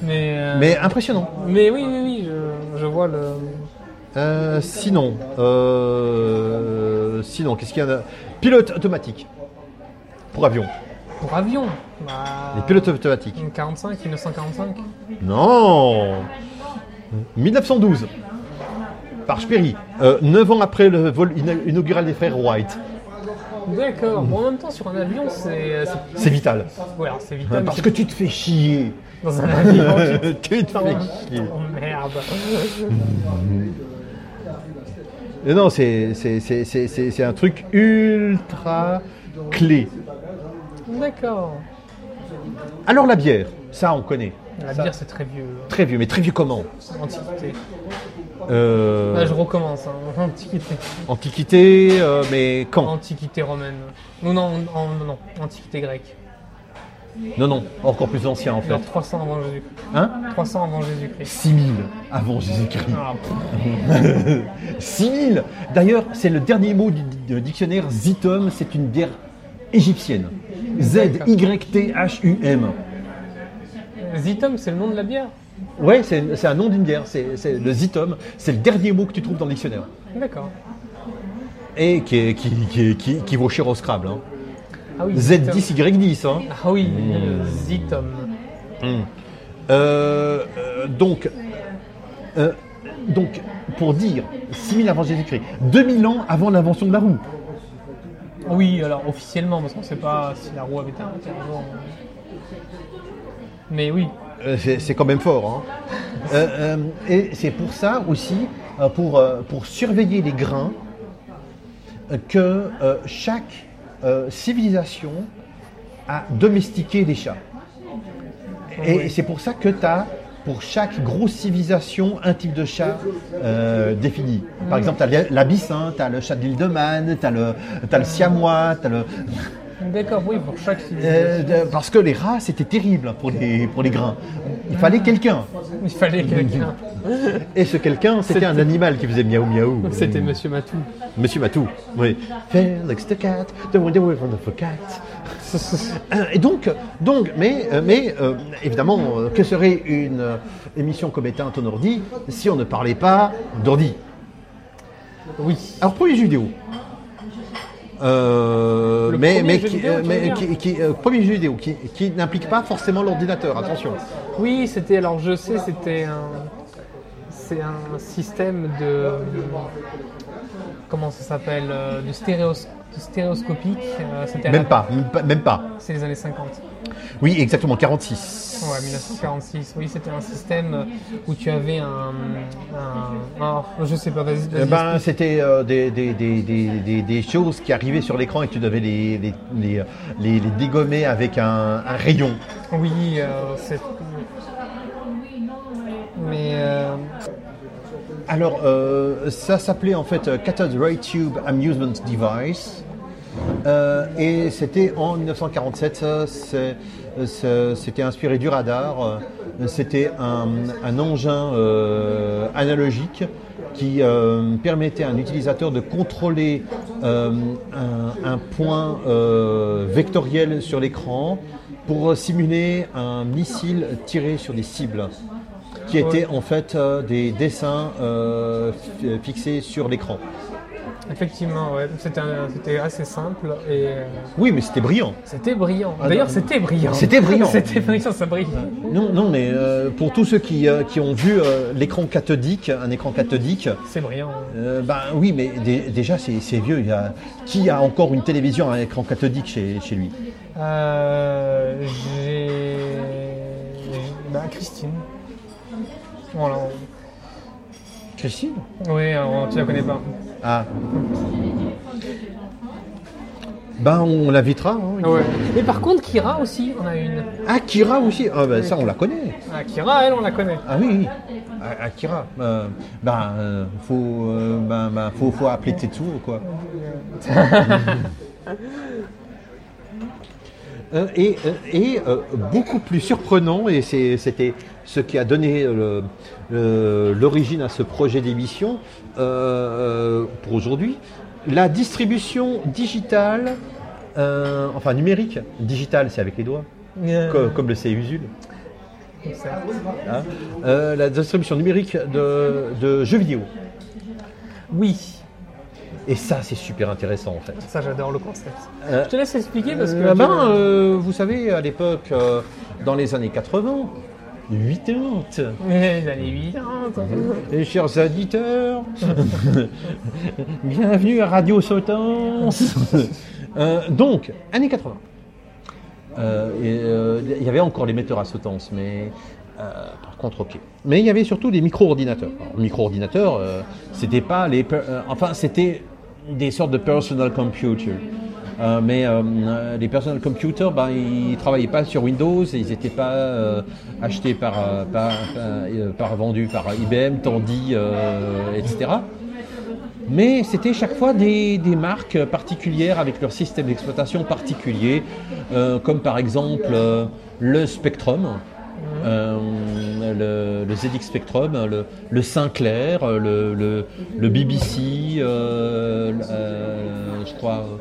Speaker 1: Mais, euh,
Speaker 2: Mais impressionnant.
Speaker 1: mais oui, oui, oui, je, je vois le.
Speaker 2: Euh, sinon, euh, sinon, qu'est-ce qu'il y en a Pilote automatique pour avion.
Speaker 1: Pour avion. Bah,
Speaker 2: Les pilotes automatiques.
Speaker 1: 45, 1945.
Speaker 2: Non 1912, par Sperry, euh, 9 ans après le vol ina- inaugural des frères White.
Speaker 1: D'accord. Bon, en même temps, sur un avion, c'est. c'est-
Speaker 2: C'est vital.
Speaker 1: Ouais, alors, c'est
Speaker 2: Hein,
Speaker 1: vital.
Speaker 2: Parce
Speaker 1: mais
Speaker 2: que tu te fais chier.
Speaker 1: c'est Dans un
Speaker 2: (laughs)
Speaker 1: avion, tu
Speaker 2: tu te fais chier.
Speaker 1: Oh merde.
Speaker 2: Mais non, c'est c'est- c'est- c'est- c'est- c'est un truc ultra clé.
Speaker 1: D'accord.
Speaker 2: Alors la bière, ça on connaît.
Speaker 1: La
Speaker 2: Ça,
Speaker 1: bière, c'est très vieux. hein.
Speaker 2: Très vieux, mais très vieux comment
Speaker 1: C'est Antiquité.
Speaker 2: Euh,
Speaker 1: Là, je recommence. hein. Antiquité.
Speaker 2: Antiquité, euh, mais quand
Speaker 1: Antiquité romaine. Non, non, non, non, non. Antiquité grecque.
Speaker 2: Non, non, encore plus ancien en
Speaker 1: Vers
Speaker 2: fait.
Speaker 1: 300 avant Jésus.
Speaker 2: Hein
Speaker 1: 300 avant Jésus-Christ.
Speaker 2: 6000 avant Jésus-Christ.
Speaker 1: Ah, pff.
Speaker 2: 6000 D'ailleurs, c'est le dernier mot du du dictionnaire Zitum, c'est une bière égyptienne. Z-Y-T-H-U-M.
Speaker 1: Zitum, c'est le nom de la bière
Speaker 2: Ouais, c'est c'est un nom d'une bière, c'est c'est le Zitum, c'est le dernier mot que tu trouves dans le dictionnaire.
Speaker 1: D'accord.
Speaker 2: Et qui, est- qui, qui, qui- qui vaut cher au Scrabble. hein.
Speaker 1: Ah oui. Zitum.
Speaker 2: Z10Y10. hein.
Speaker 1: Ah oui, euh, Zitum.
Speaker 2: Euh, euh, donc, euh, donc, pour dire 6000 avant Jésus-Christ, 2000 ans avant l'invention de la roue.
Speaker 1: Oui, alors officiellement, parce qu'on ne sait pas si la roue avait été inventée avant. hein. Mais oui.
Speaker 2: Euh, c'est c'est quand même fort. hein. Euh, euh, et c'est pour ça aussi, euh, pour, euh, pour surveiller les grains, euh, que euh, chaque euh, civilisation a domestiqué des chats. Et
Speaker 1: Oui.
Speaker 2: c'est pour ça que tu as, pour chaque grosse civilisation, un type de chat euh, défini. Par exemple, tu as l'abyssin, tu as hein, le chat de l'île de Man, tu as le, t'as le siamois, t'as le...
Speaker 1: D'accord, oui, pour chaque
Speaker 2: Euh,
Speaker 1: civilisation.
Speaker 2: de- parce que les rats, c'était terrible pour les, pour les grains. Il fallait quelqu'un.
Speaker 1: Il fallait quelqu'un.
Speaker 2: Et ce quelqu'un, c'était un animal qui faisait miaou miaou.
Speaker 1: C'était Monsieur
Speaker 2: (laughs)
Speaker 1: Matou.
Speaker 2: Monsieur Matou. Oui. Felix the cat, the wonder wonderful cat. Euh, Et donc, donc, mais, euh, mais euh, évidemment, euh, que serait une euh, émission comme éteinte en ordi si on ne parlait pas d'ordi
Speaker 1: Oui.
Speaker 2: Alors premier jeu vidéo. Euh,
Speaker 1: Le
Speaker 2: mais
Speaker 1: premier
Speaker 2: mais,
Speaker 1: jeu
Speaker 2: qui,
Speaker 1: vidéo,
Speaker 2: euh,
Speaker 1: tu
Speaker 2: mais
Speaker 1: veux dire
Speaker 2: qui, qui- euh, premier jeu vidéo qui, qui n'implique pas forcément l'ordinateur. Attention.
Speaker 1: Oui, c'était. Alors je sais, c'était un. C'est un système de. Comment ça s'appelle euh, De, stéréos- de stéréoscopique. euh, c'était à
Speaker 2: Même
Speaker 1: la-
Speaker 2: pas, même pas, même pas.
Speaker 1: C'est les années 50.
Speaker 2: Oui, exactement. 46.
Speaker 1: Ouais, 1946. Oui, c'était un système euh, où tu avais un. un- un- oh, je sais pas, vas-y. vas-y,
Speaker 2: Eh ben, c'était euh, des, des, des, des, des- des choses qui arrivaient sur l'écran et que tu devais les, les, les, les- les dégommer avec un, un rayon.
Speaker 1: explique. Oui, euh, c'est. Mais. euh,
Speaker 2: Alors, euh, ça s'appelait en fait euh, Cathode Ray Tube Amusement Device. Euh, et c'était en 1947, ça, c'est- c'est- c'était inspiré du radar. Euh, C'était un, un engin euh, analogique qui euh, permettait à un utilisateur de contrôler euh, un, un point euh, vectoriel sur l'écran pour simuler un missile tiré sur des cibles qui étaient en fait euh, des dessins euh, fi- fixés sur l'écran.
Speaker 1: effectivement, ouais. C'était un- c'était assez simple et. euh,
Speaker 2: Oui, mais c'était brillant.
Speaker 1: C'était brillant.
Speaker 2: Ah,
Speaker 1: D'ailleurs,
Speaker 2: non.
Speaker 1: c'était brillant.
Speaker 2: C'était brillant.
Speaker 1: c'était brillant, ça brille.
Speaker 2: Non, non, mais euh, pour tous ceux qui, euh, qui ont vu euh, l'écran cathodique, un écran cathodique,
Speaker 1: C'est brillant.
Speaker 2: euh, ben oui, mais dé- déjà c'est c'est vieux. Il y a- Qui a encore une télévision à un écran cathodique chez, chez lui
Speaker 1: Euh, j'ai. Bah, Christine. Voilà.
Speaker 2: Christine
Speaker 1: Oui, on- tu la connais pas.
Speaker 2: Ah. Ben, on l'invitera. hein, il-
Speaker 1: Ah Ouais. Mais par contre, Kira aussi, on a une.
Speaker 2: Ah, Kira aussi. Ah, ben ça, on la connaît.
Speaker 1: Ah, Kira, elle, on la connaît.
Speaker 2: Ah oui, oui. Ah, Akira. Euh, ben, euh, faut, euh, ben, ben, faut, faut appeler Tetsuo, quoi. (laughs) Euh, et euh, et, euh, beaucoup plus surprenant, et c'est- c'était ce qui a donné le- le- l'origine à ce projet d'émission euh, pour aujourd'hui, la distribution digitale, euh, enfin numérique, digitale c'est avec les doigts, comme, comme le sait Usul.
Speaker 1: Euh, Ça.
Speaker 2: Hein Euh, la distribution numérique de, de jeux vidéo.
Speaker 1: Oui,
Speaker 2: Et ça, c'est super intéressant en fait.
Speaker 1: ça j'adore le concept.
Speaker 2: Euh,
Speaker 1: Je te laisse expliquer parce que.
Speaker 2: euh,
Speaker 1: tu-
Speaker 2: ben,
Speaker 1: (laughs)
Speaker 2: euh, vous savez, à l'époque, euh, dans les années 80, 80,
Speaker 1: Les années 80.
Speaker 2: et chers auditeurs, (laughs) bienvenue à Radio Sautance. (laughs) Euh, donc, années 80. Euh, et, euh, Il y avait encore les metteurs à sautance, mais euh, par contre, ok. Mais il y avait surtout des micro-ordinateurs. Alors, Micro-ordinateurs, euh, c'était pas les. per- euh, enfin, c'était des sortes de personal computer. Euh, mais euh, euh, les personal computers, ben, ils travaillaient pas sur Windows, et ils n'étaient pas euh, achetés par, euh, par, par- euh, par- vendus par IBM, Tandy, euh, etc. Mais c'était chaque fois des, des marques particulières avec leur système d'exploitation particulier, euh, comme par exemple euh, le Spectrum, euh, le, le ZX Spectrum, le, le Sinclair, euh, le, le- le BBC, euh, euh, je crois. euh,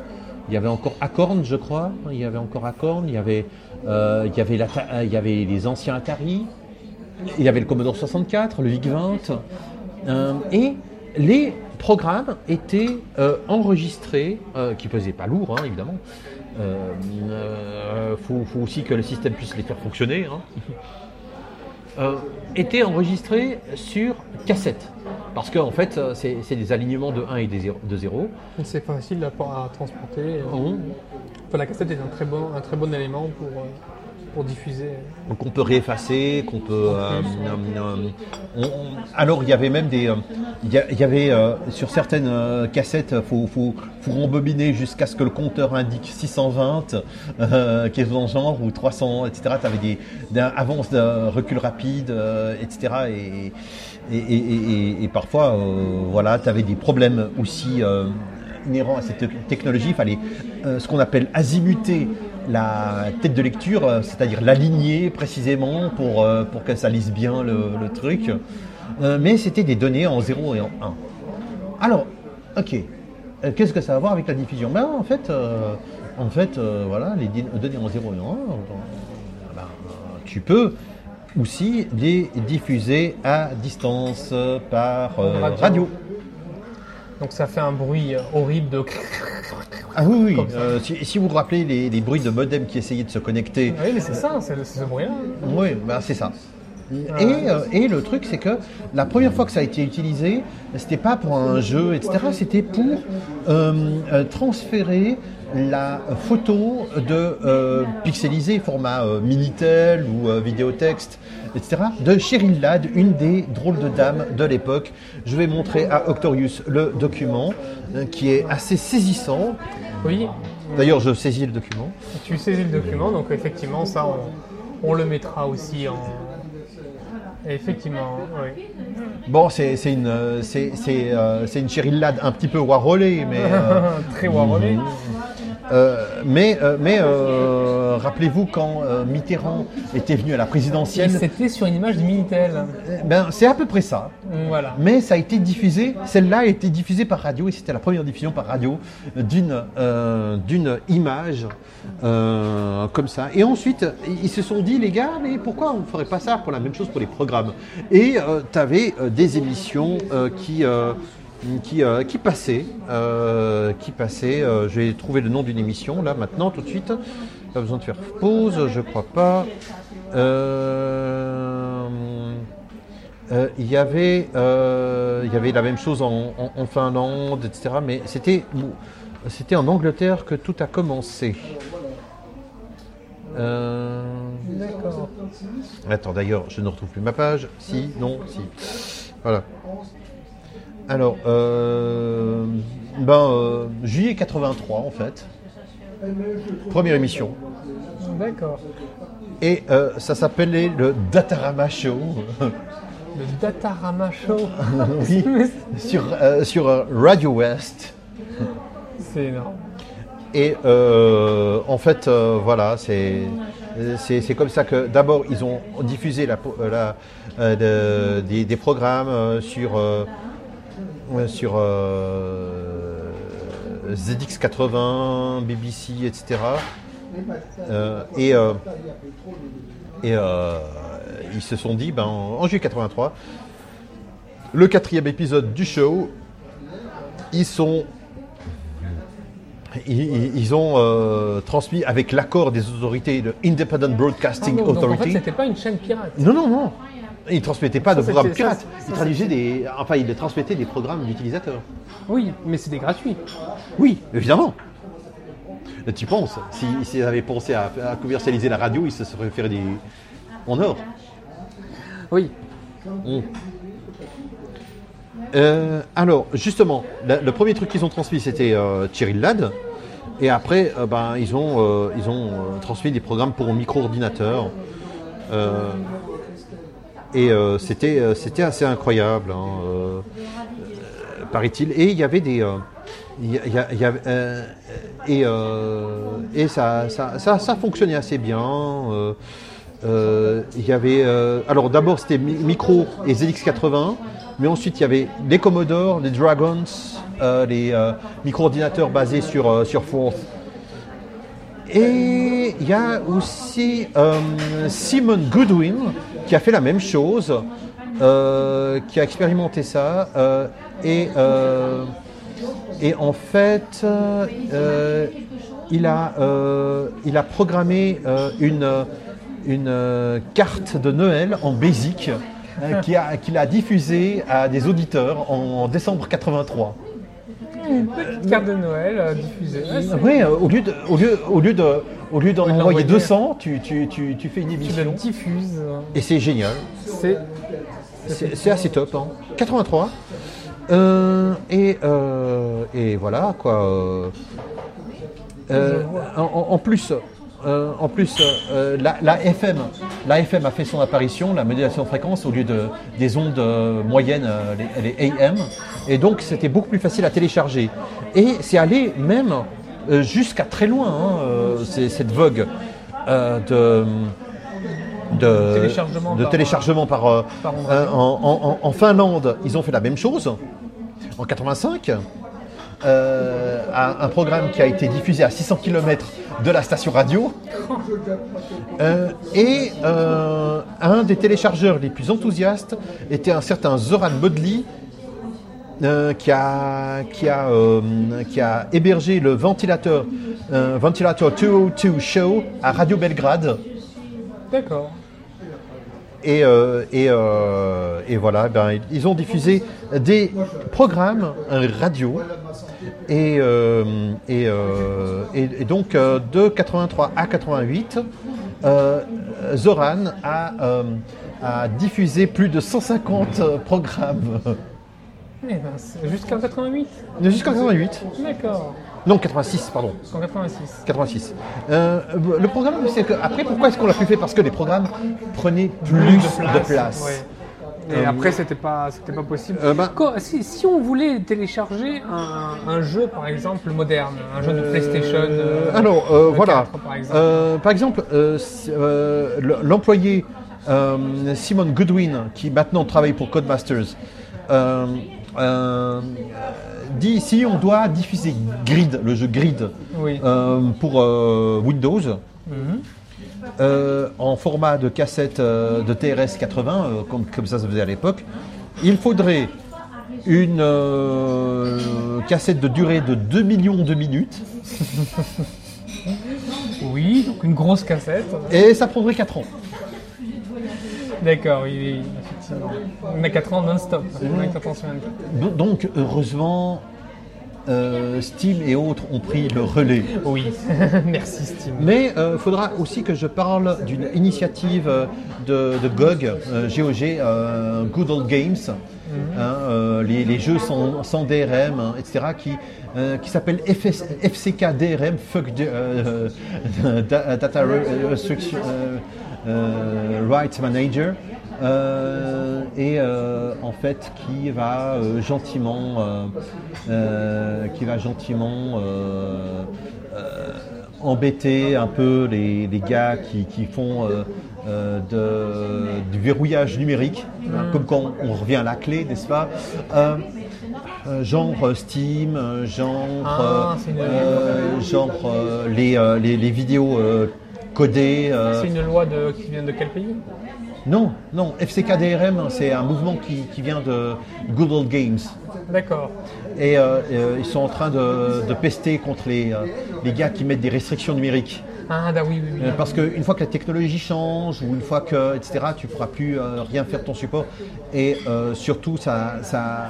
Speaker 2: Il y avait encore Acorn, je crois. Il y avait encore Acorn. Il y avait, euh, il y avait, l'Ata- euh, il y avait les anciens Atari. Il y avait le Commodore 64, le VIC-20. euh, et les programmes étaient euh, enregistrés, euh, qui pesaient pas lourd, hein, évidemment. Il faut, faut aussi que le système puisse les faire fonctionner. hein. Euh, étaient enregistrés sur cassette. Parce qu'en fait, euh, c'est c'est des alignements de 1 et des zéro- de 0.
Speaker 1: C'est facile à, à transporter.
Speaker 2: Ah
Speaker 1: Enfin, la cassette est un très bon, un très bon élément pour, euh, pour diffuser. euh,
Speaker 2: qu'on peut réeffacer, qu'on peut. euh, euh, on- on- alors il y avait même des, euh, il y, a- il y avait euh, sur certaines euh, cassettes, faut faut, faut rembobiner jusqu'à ce que le compteur indique 620, euh, quelque chose dans le genre ou 300, etc. T'avais des, des avances de recul rapide, euh, etc. Et et, et- et- et- et parfois, euh, voilà, t'avais des problèmes aussi. euh, inhérents à cette te- technologie, il fallait euh, ce qu'on appelle azimuter la tête de lecture, euh, c'est-à-dire l'aligner précisément pour, euh, pour que ça lise bien le, le truc. Euh, mais c'était des données en 0 et en 1. Alors, ok. Euh, Qu'est-ce que ça a à voir avec la diffusion Ben en fait, euh, en fait euh, voilà, les din- données en 0 et en 1, euh, ben, euh, tu peux aussi les diffuser à distance euh, par euh,
Speaker 1: Radio.
Speaker 2: radio.
Speaker 1: Donc ça fait un bruit euh, horrible de. (laughs)
Speaker 2: Ah oui, oui.
Speaker 1: Comme ça.
Speaker 2: euh, si, si vous vous rappelez les, les bruits de modem qui essayaient de se connecter
Speaker 1: Oui, mais c'est ça, c'est c'est ce bruit-là.
Speaker 2: Oui, bah, c'est ça.
Speaker 1: Ah.
Speaker 2: Et, euh, et le truc, c'est que la première fois que ça a été utilisé, c'était pas pour un jeu, etc. C'était pour euh, euh, transférer la photo de euh, pixelisée, format euh, Minitel ou euh, vidéotexte, etc. de Cheryl Ladd, une des drôles de dames de l'époque. Je vais montrer à Octorius le document euh, qui est assez saisissant.
Speaker 1: Oui,
Speaker 2: D'ailleurs, je saisis le document.
Speaker 1: tu saisis le document, donc effectivement, ça, on, on le mettra aussi en. Effectivement, oui.
Speaker 2: Bon, c'est c'est une, euh, c'est c'est, euh, c'est une Cheryl Ladd un petit peu warholée, mais, euh,
Speaker 1: (laughs) Très warholé.
Speaker 2: euh, mais, euh, mais euh, rappelez-vous quand euh, Mitterrand était venu à la
Speaker 1: Et
Speaker 2: présidentielle.
Speaker 1: C'était sur une image de Minitel.
Speaker 2: Ben, c'est à peu près ça.
Speaker 1: Voilà.
Speaker 2: Mais ça a été diffusé, celle-là a été diffusée par radio et c'était la première diffusion par radio d'une euh, d'une image euh, comme ça. Et ensuite, ils se sont dit, les gars, mais pourquoi on ne ferait pas ça pour la même chose pour les programmes Et tu avais des émissions euh, qui, euh, qui, euh, qui passaient, euh, qui passaient, euh, je vais trouver le nom d'une émission là maintenant tout de suite. Pas besoin de faire pause, je crois pas. Euh, euh, il y avait, euh, il y avait la même chose en, en- en Finlande, etc. Mais c'était, c'était en Angleterre que tout a commencé. Euh,
Speaker 1: D'accord.
Speaker 2: Attends, d'ailleurs, je ne retrouve plus ma page. Si, non, si. Voilà. Alors, euh, ben, euh, juillet 83, en fait. Première émission.
Speaker 3: D'accord.
Speaker 2: Et euh, ça s'appelait le Datarama Show. (laughs)
Speaker 1: Le Datarama Show. (laughs)
Speaker 2: oui, sur, euh, sur euh, Radio West.
Speaker 1: C'est énorme.
Speaker 2: Et euh, en fait, euh, voilà, c'est. C'est c'est comme ça que d'abord ils ont diffusé la, po- la, euh, de- des, des programmes euh, sur, euh, euh, sur euh, ZX80, BBC, etc. Euh, et euh, et euh, ils se sont dit, ben, en juillet 83, le quatrième épisode du show, ils sont ils, ils- ils ont euh, transmis avec l'accord des autorités de Independent
Speaker 1: Ah,
Speaker 2: Broadcasting
Speaker 1: donc, donc, en fait,
Speaker 2: Authority.
Speaker 1: c'était pas une chaîne pirate.
Speaker 2: non, non, non. Ils transmettaient pas de
Speaker 1: c'était-
Speaker 2: programmes
Speaker 1: ça,
Speaker 2: pirates.
Speaker 1: c'est-
Speaker 2: Ils traduisaient des, enfin, ils transmettaient des programmes d'utilisateurs.
Speaker 3: Oui, mais c'était gratuit.
Speaker 2: Oui, évidemment. Tu penses Si- S'ils avaient pensé à, à commercialiser la radio, ils se seraient fait des en or.
Speaker 3: Oui.
Speaker 2: Euh, alors, justement, la- le premier truc qu'ils ont transmis, c'était euh, Cheryl Ladd. Et après, euh, ben, ils ont, euh, ils ont euh, transmis des programmes pour micro-ordinateur. Euh, et euh, c'était, euh, c'était assez incroyable, hein, euh, euh, paraît-il. Et il y avait des. euh, il y a- il y a- il y avait, euh, et euh, et ça, ça, ça, ça fonctionnait assez bien. euh, euh, il y avait. euh, alors d'abord, c'était Mi- Micro et ZX80, mais ensuite il y avait les Commodore, les Dragons, euh, les euh, micro-ordinateurs basés sur, euh, sur Forth. Et il y a aussi euh, Simon Goodwin qui a fait la même chose, euh, qui a expérimenté ça. euh, et, euh, et en fait, euh, euh, il, a, euh, il a programmé euh, une, une euh, carte de Noël en Basic euh, qui a- qu'il a, diffusée à des auditeurs en décembre 83.
Speaker 1: Une petite carte de Noël euh, diffusée. Ouais, c'est-
Speaker 2: Oui, euh, au lieu de- au lieu, au lieu de- au lieu d'en
Speaker 1: de l'envoyer.
Speaker 2: envoyer 200, tu, tu, tu, tu fais une
Speaker 1: Tu la
Speaker 2: émission.
Speaker 1: diffuses.
Speaker 2: Et c'est génial.
Speaker 1: C'est
Speaker 2: C'est c'est assez top. hein. 83. Euh, et, euh, et voilà quoi. euh. Euh, en, en- en plus, euh, en plus euh, la, la FM, la FM a fait son apparition, la modulation de fréquence au lieu de des ondes euh, moyennes, euh, les, les AM, et donc c'était beaucoup plus facile à télécharger. Et c'est allé même euh, jusqu'à très loin hein, euh, c'est- cette vogue euh, de de
Speaker 1: Téléchargement
Speaker 2: de
Speaker 1: par-
Speaker 2: téléchargement par, euh,
Speaker 1: par onde
Speaker 2: euh, en, en- en- en Finlande, ils ont fait la même chose en 85. euh, un, un programme qui a été diffusé à 600 km de la station radio. Euh, et euh, un des téléchargeurs les plus enthousiastes était un certain Zoran Bodli, euh, qui a, qui, a, euh, qui a hébergé le ventilateur, euh, ventilateur 202 Show à Radio Belgrade.
Speaker 1: d'accord.
Speaker 2: Et, euh, et, euh, et voilà, ben, ils ont diffusé des programmes euh, radio. Et, euh, et, euh, et- et donc, euh, de 83 à 88, euh, Zoran a, euh, a diffusé plus de 150 programmes. (laughs)
Speaker 1: Eh ben, c'est- jusqu'en 88.
Speaker 2: Jusqu'en 88.
Speaker 1: D'accord.
Speaker 2: Non, 86, pardon.
Speaker 1: Jusqu'en 86.
Speaker 2: 86. Euh, le programme, c'est que. Après, pourquoi est-ce qu'on l'a plus fait Parce que les programmes prenaient plus de place.
Speaker 3: Et après, c'était pas, c'était pas possible.
Speaker 2: Euh, ben-
Speaker 3: Quoi, si, si on voulait télécharger un.
Speaker 1: Un, un jeu par exemple moderne, un jeu de PlayStation.
Speaker 2: Euh,
Speaker 1: euh,
Speaker 2: alors euh,
Speaker 1: le
Speaker 2: voilà.
Speaker 1: 4, par exemple.
Speaker 2: Euh, par exemple, euh, c'est- euh, l- l'employé euh, Simon Goodwin, qui maintenant travaille pour Codemasters, euh, euh, dit si on doit diffuser Grid, le jeu Grid,
Speaker 1: Oui. Mhm.
Speaker 2: euh, pour euh, Windows. euh, en format de cassette euh, de TRS 80, euh, comme, comme ça se faisait à l'époque, il faudrait une euh, cassette de durée de 2 millions de minutes
Speaker 1: Oui, donc une grosse cassette.
Speaker 2: et ça prendrait 4 ans.
Speaker 1: D'accord, il est effectivement. On a 4 ans non-stop. On a 4 ans sur 24.
Speaker 2: Do- Donc, heureusement, euh, Steam et autres ont pris le relais.
Speaker 1: Oui, (laughs) merci Steam.
Speaker 2: Mais il faudra aussi que je parle d'une initiative euh, de, de GOG, euh, GOG, euh, Good Old Games, hein, euh, les, les jeux sans, sans DRM, hein, etc., qui, euh, qui s'appelle FS FCK DRM, Fuck D- euh, euh, (laughs) Da- Data Re- Restriction euh, euh, Rights Manager. Euh, et euh, en fait qui va euh, gentiment euh, euh, qui va gentiment euh, euh, embêter un peu les, les gars qui, qui font euh, euh, de- du verrouillage numérique,
Speaker 1: Mm.
Speaker 2: hein, comme quand on revient à la clé, n'est-ce pas Euh, euh, Genre euh, Steam, euh, genre,
Speaker 1: Ah,
Speaker 2: euh,
Speaker 1: c'est une-
Speaker 2: euh, genre euh, les, euh, les, les vidéos euh, codées. euh,
Speaker 1: C'est une loi de... qui vient de quel pays
Speaker 2: Non, non, FCKDRM, hein, c'est un mouvement qui, qui vient de Good Old Games.
Speaker 1: D'accord.
Speaker 2: Et euh, euh, ils sont en train de, de pester contre les, euh, les gars qui mettent des restrictions numériques.
Speaker 1: Ah, bah oui, oui, oui.
Speaker 2: Euh, Parce qu'une fois que la technologie change, ou une fois que, etc., tu ne pourras plus euh, rien faire de ton support. Et euh, surtout, ça, ça,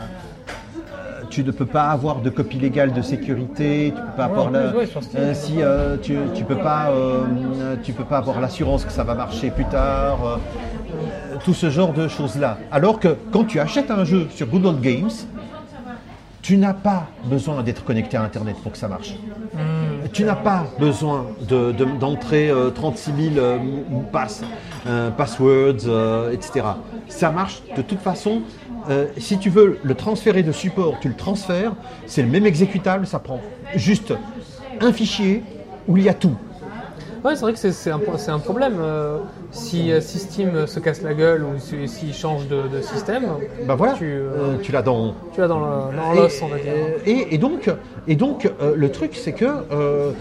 Speaker 2: euh, tu ne peux pas avoir de copie légale de sécurité, tu peux pas avoir
Speaker 1: en
Speaker 2: la-
Speaker 1: plus, ouais, sur Steam.
Speaker 2: euh, si euh, tu ne tu peux, pas, euh, euh, tu peux pas avoir l'assurance que ça va marcher plus tard, euh, tout ce genre de choses-là. Alors que quand tu achètes un jeu sur Good Old Games, tu n'as pas besoin d'être connecté à Internet pour que ça marche. Tu n'as pas besoin de- de- d'entrer euh, 36 000 euh, m- pass- euh, passwords, euh, etc. Ça marche de toute façon. Euh, si tu veux le transférer de support, tu le transfères. C'est le même exécutable. Ça prend juste un fichier où il y a tout.
Speaker 1: Ouais, c'est vrai que c'est- c'est un, pro- c'est un problème. euh, si, euh, si Steam se casse la gueule ou si- s'il change de, de système,
Speaker 2: Ben voilà,
Speaker 1: tu,
Speaker 2: euh,
Speaker 1: euh,
Speaker 2: tu l'as dans,
Speaker 1: tu vas dans le- dans l'os, on va dire.
Speaker 2: Et, et donc, et donc euh, le truc, c'est que euh,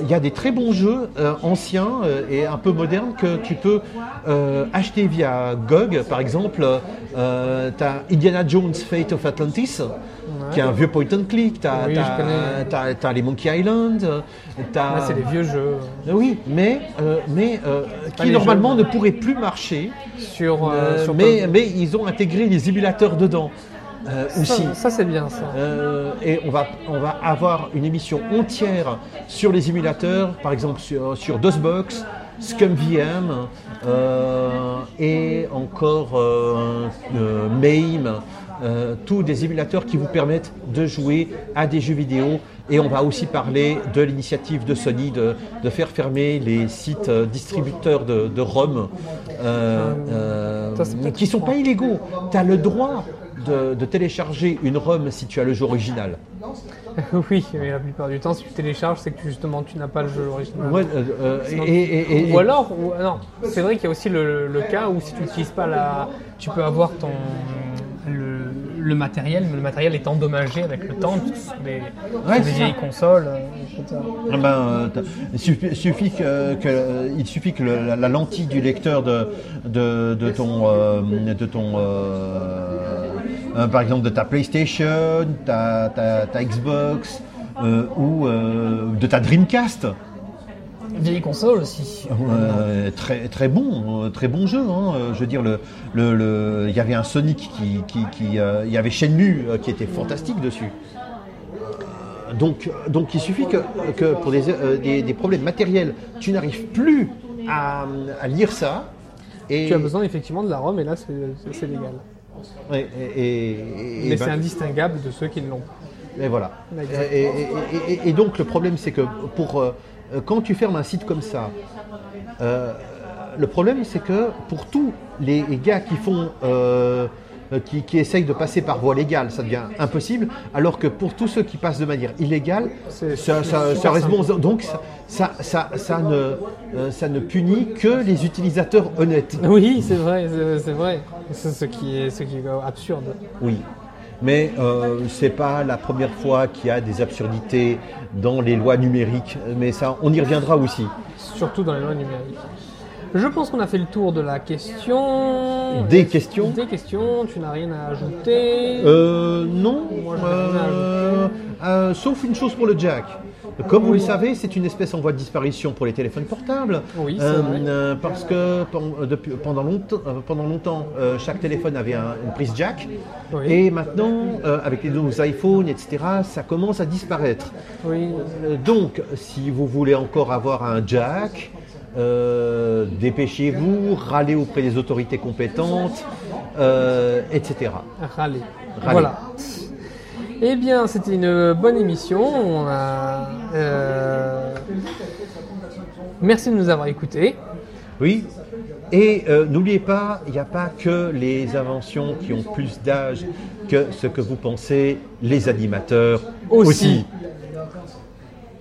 Speaker 2: il y a des très bons jeux euh, anciens euh, et un peu modernes que tu peux euh, acheter via GOG. Par exemple, euh, tu as Indiana Jones Fate of Atlantis, qui est un vieux point and click. Tu as,
Speaker 1: Oui, je connais.
Speaker 2: les Monkey Island. t'as- Ah
Speaker 1: Là, c'est les vieux jeux
Speaker 2: Oui, mais, euh, mais euh,
Speaker 1: pas
Speaker 2: qui
Speaker 1: les
Speaker 2: normalement
Speaker 1: jeux.
Speaker 2: ne pourraient plus marcher.
Speaker 1: sur, euh,
Speaker 2: euh,
Speaker 1: sur
Speaker 2: mais,
Speaker 1: Tom-
Speaker 2: mais ils ont intégré les émulateurs dedans. euh, aussi.
Speaker 1: Ça, ça, c'est bien, ça.
Speaker 2: Euh, et on va, on va avoir une émission entière sur les émulateurs, par exemple sur, sur DOSBox, ScumVM euh, et encore euh, euh, MAME, euh, tous des émulateurs qui vous permettent de jouer à des jeux vidéo. Et on va aussi parler de l'initiative de Sony de, de faire fermer les sites euh, distributeurs de, de ROM euh, euh,
Speaker 1: Ça, c'est peut-être
Speaker 2: qui sont
Speaker 1: fort.
Speaker 2: pas illégaux. Tu as le droit de, de télécharger une ROM si tu as le jeu original. Euh.
Speaker 1: (laughs) oui, mais la plupart du temps, si tu télécharges, c'est que tu- justement, tu n'as pas le jeu original.
Speaker 2: Ouais, euh, euh, et, et- et-
Speaker 1: Ou alors, ou- ah non, c'est vrai qu'il y a aussi le, le cas où si tu n'utilises pas la. Tu peux avoir ton. Le, le matériel, mais le matériel est endommagé avec le temps, parce que ce sont des, ce sont
Speaker 2: Ouais,
Speaker 1: des
Speaker 2: c'est ça.
Speaker 1: vieilles consoles. euh, etc.
Speaker 2: Ah ben, euh, t'as- il suffi- suffit que, que, euh, il suffit que le- la, la lentille du lecteur de, de, de ton, euh, de ton euh, euh, par exemple de ta PlayStation, ta, ta, ta Xbox euh, ou euh, de ta Dreamcast.
Speaker 1: Vieilles consoles aussi.
Speaker 2: Euh, très très bon, euh, très bon jeu. hein. Euh, Je veux dire, le le le- il y avait un Sonic qui qui qui, euh, il y avait Shenmue euh, qui était fantastique dessus. Euh, Donc donc il suffit que que pour des euh, des, des problèmes matériels, tu n'arrives plus à, à lire ça. Et,
Speaker 1: Tu as besoin effectivement de la ROM, et là, c'est c'est- c'est légal.
Speaker 2: et, et- et- et
Speaker 1: mais
Speaker 2: ben-
Speaker 1: c'est indistinguable de ceux qui ne l'ont pas.
Speaker 2: Et voilà.
Speaker 1: D'accord.
Speaker 2: Et, et- et- et- et donc le problème c'est que pour euh, quand tu fermes un site comme ça, euh, le problème c'est que pour tous les gars qui font euh, qui, qui essayent de passer par voie légale, ça devient impossible. Alors que pour tous ceux qui passent de manière illégale,
Speaker 1: C'est-
Speaker 2: ça, ça,
Speaker 1: c'est
Speaker 2: ça reste
Speaker 1: simple.
Speaker 2: bon. Donc ça, ça, ça, ça ne, euh, ça ne punit que les utilisateurs honnêtes.
Speaker 1: Oui, c'est vrai, c'est c'est vrai. C'est ce qui est, ce qui est absurde.
Speaker 2: Oui. Mais euh, c'est pas la première fois qu'il y a des absurdités dans les lois numériques. Mais ça, on y reviendra aussi.
Speaker 1: surtout dans les lois numériques. Je pense qu'on a fait le tour de la question.
Speaker 4: commentaires
Speaker 2: Des questions
Speaker 4: Des questions, tu n'as rien à ajouter
Speaker 2: Euh, non.
Speaker 4: Moi, je
Speaker 2: Euh, euh, sauf une chose pour le jack. Comme vous le
Speaker 4: Oui.
Speaker 2: savez, c'est une espèce en voie de disparition pour les téléphones portables.
Speaker 4: Oui, c'est vrai.
Speaker 2: euh, parce que pen- depuis- pendant longtemps, euh, pendant longtemps, euh, chaque téléphone avait un- une prise jack.
Speaker 4: Oui.
Speaker 2: Et maintenant, euh, avec les nouveaux iPhones, etc., ça commence à disparaître.
Speaker 4: Oui,
Speaker 2: Euh, Donc, si vous voulez encore avoir un jack, euh, dépêchez-vous, râlez auprès des autorités compétentes, euh, etc.
Speaker 4: râler.
Speaker 2: Râler.
Speaker 4: Voilà. Eh bien, c'était une bonne émission. On a, euh, Merci de nous avoir écoutés.
Speaker 2: Oui. Et euh, n'oubliez pas, il n'y a pas que les inventions qui ont plus d'âge que ce que vous pensez, les animateurs aussi.
Speaker 4: Aussi.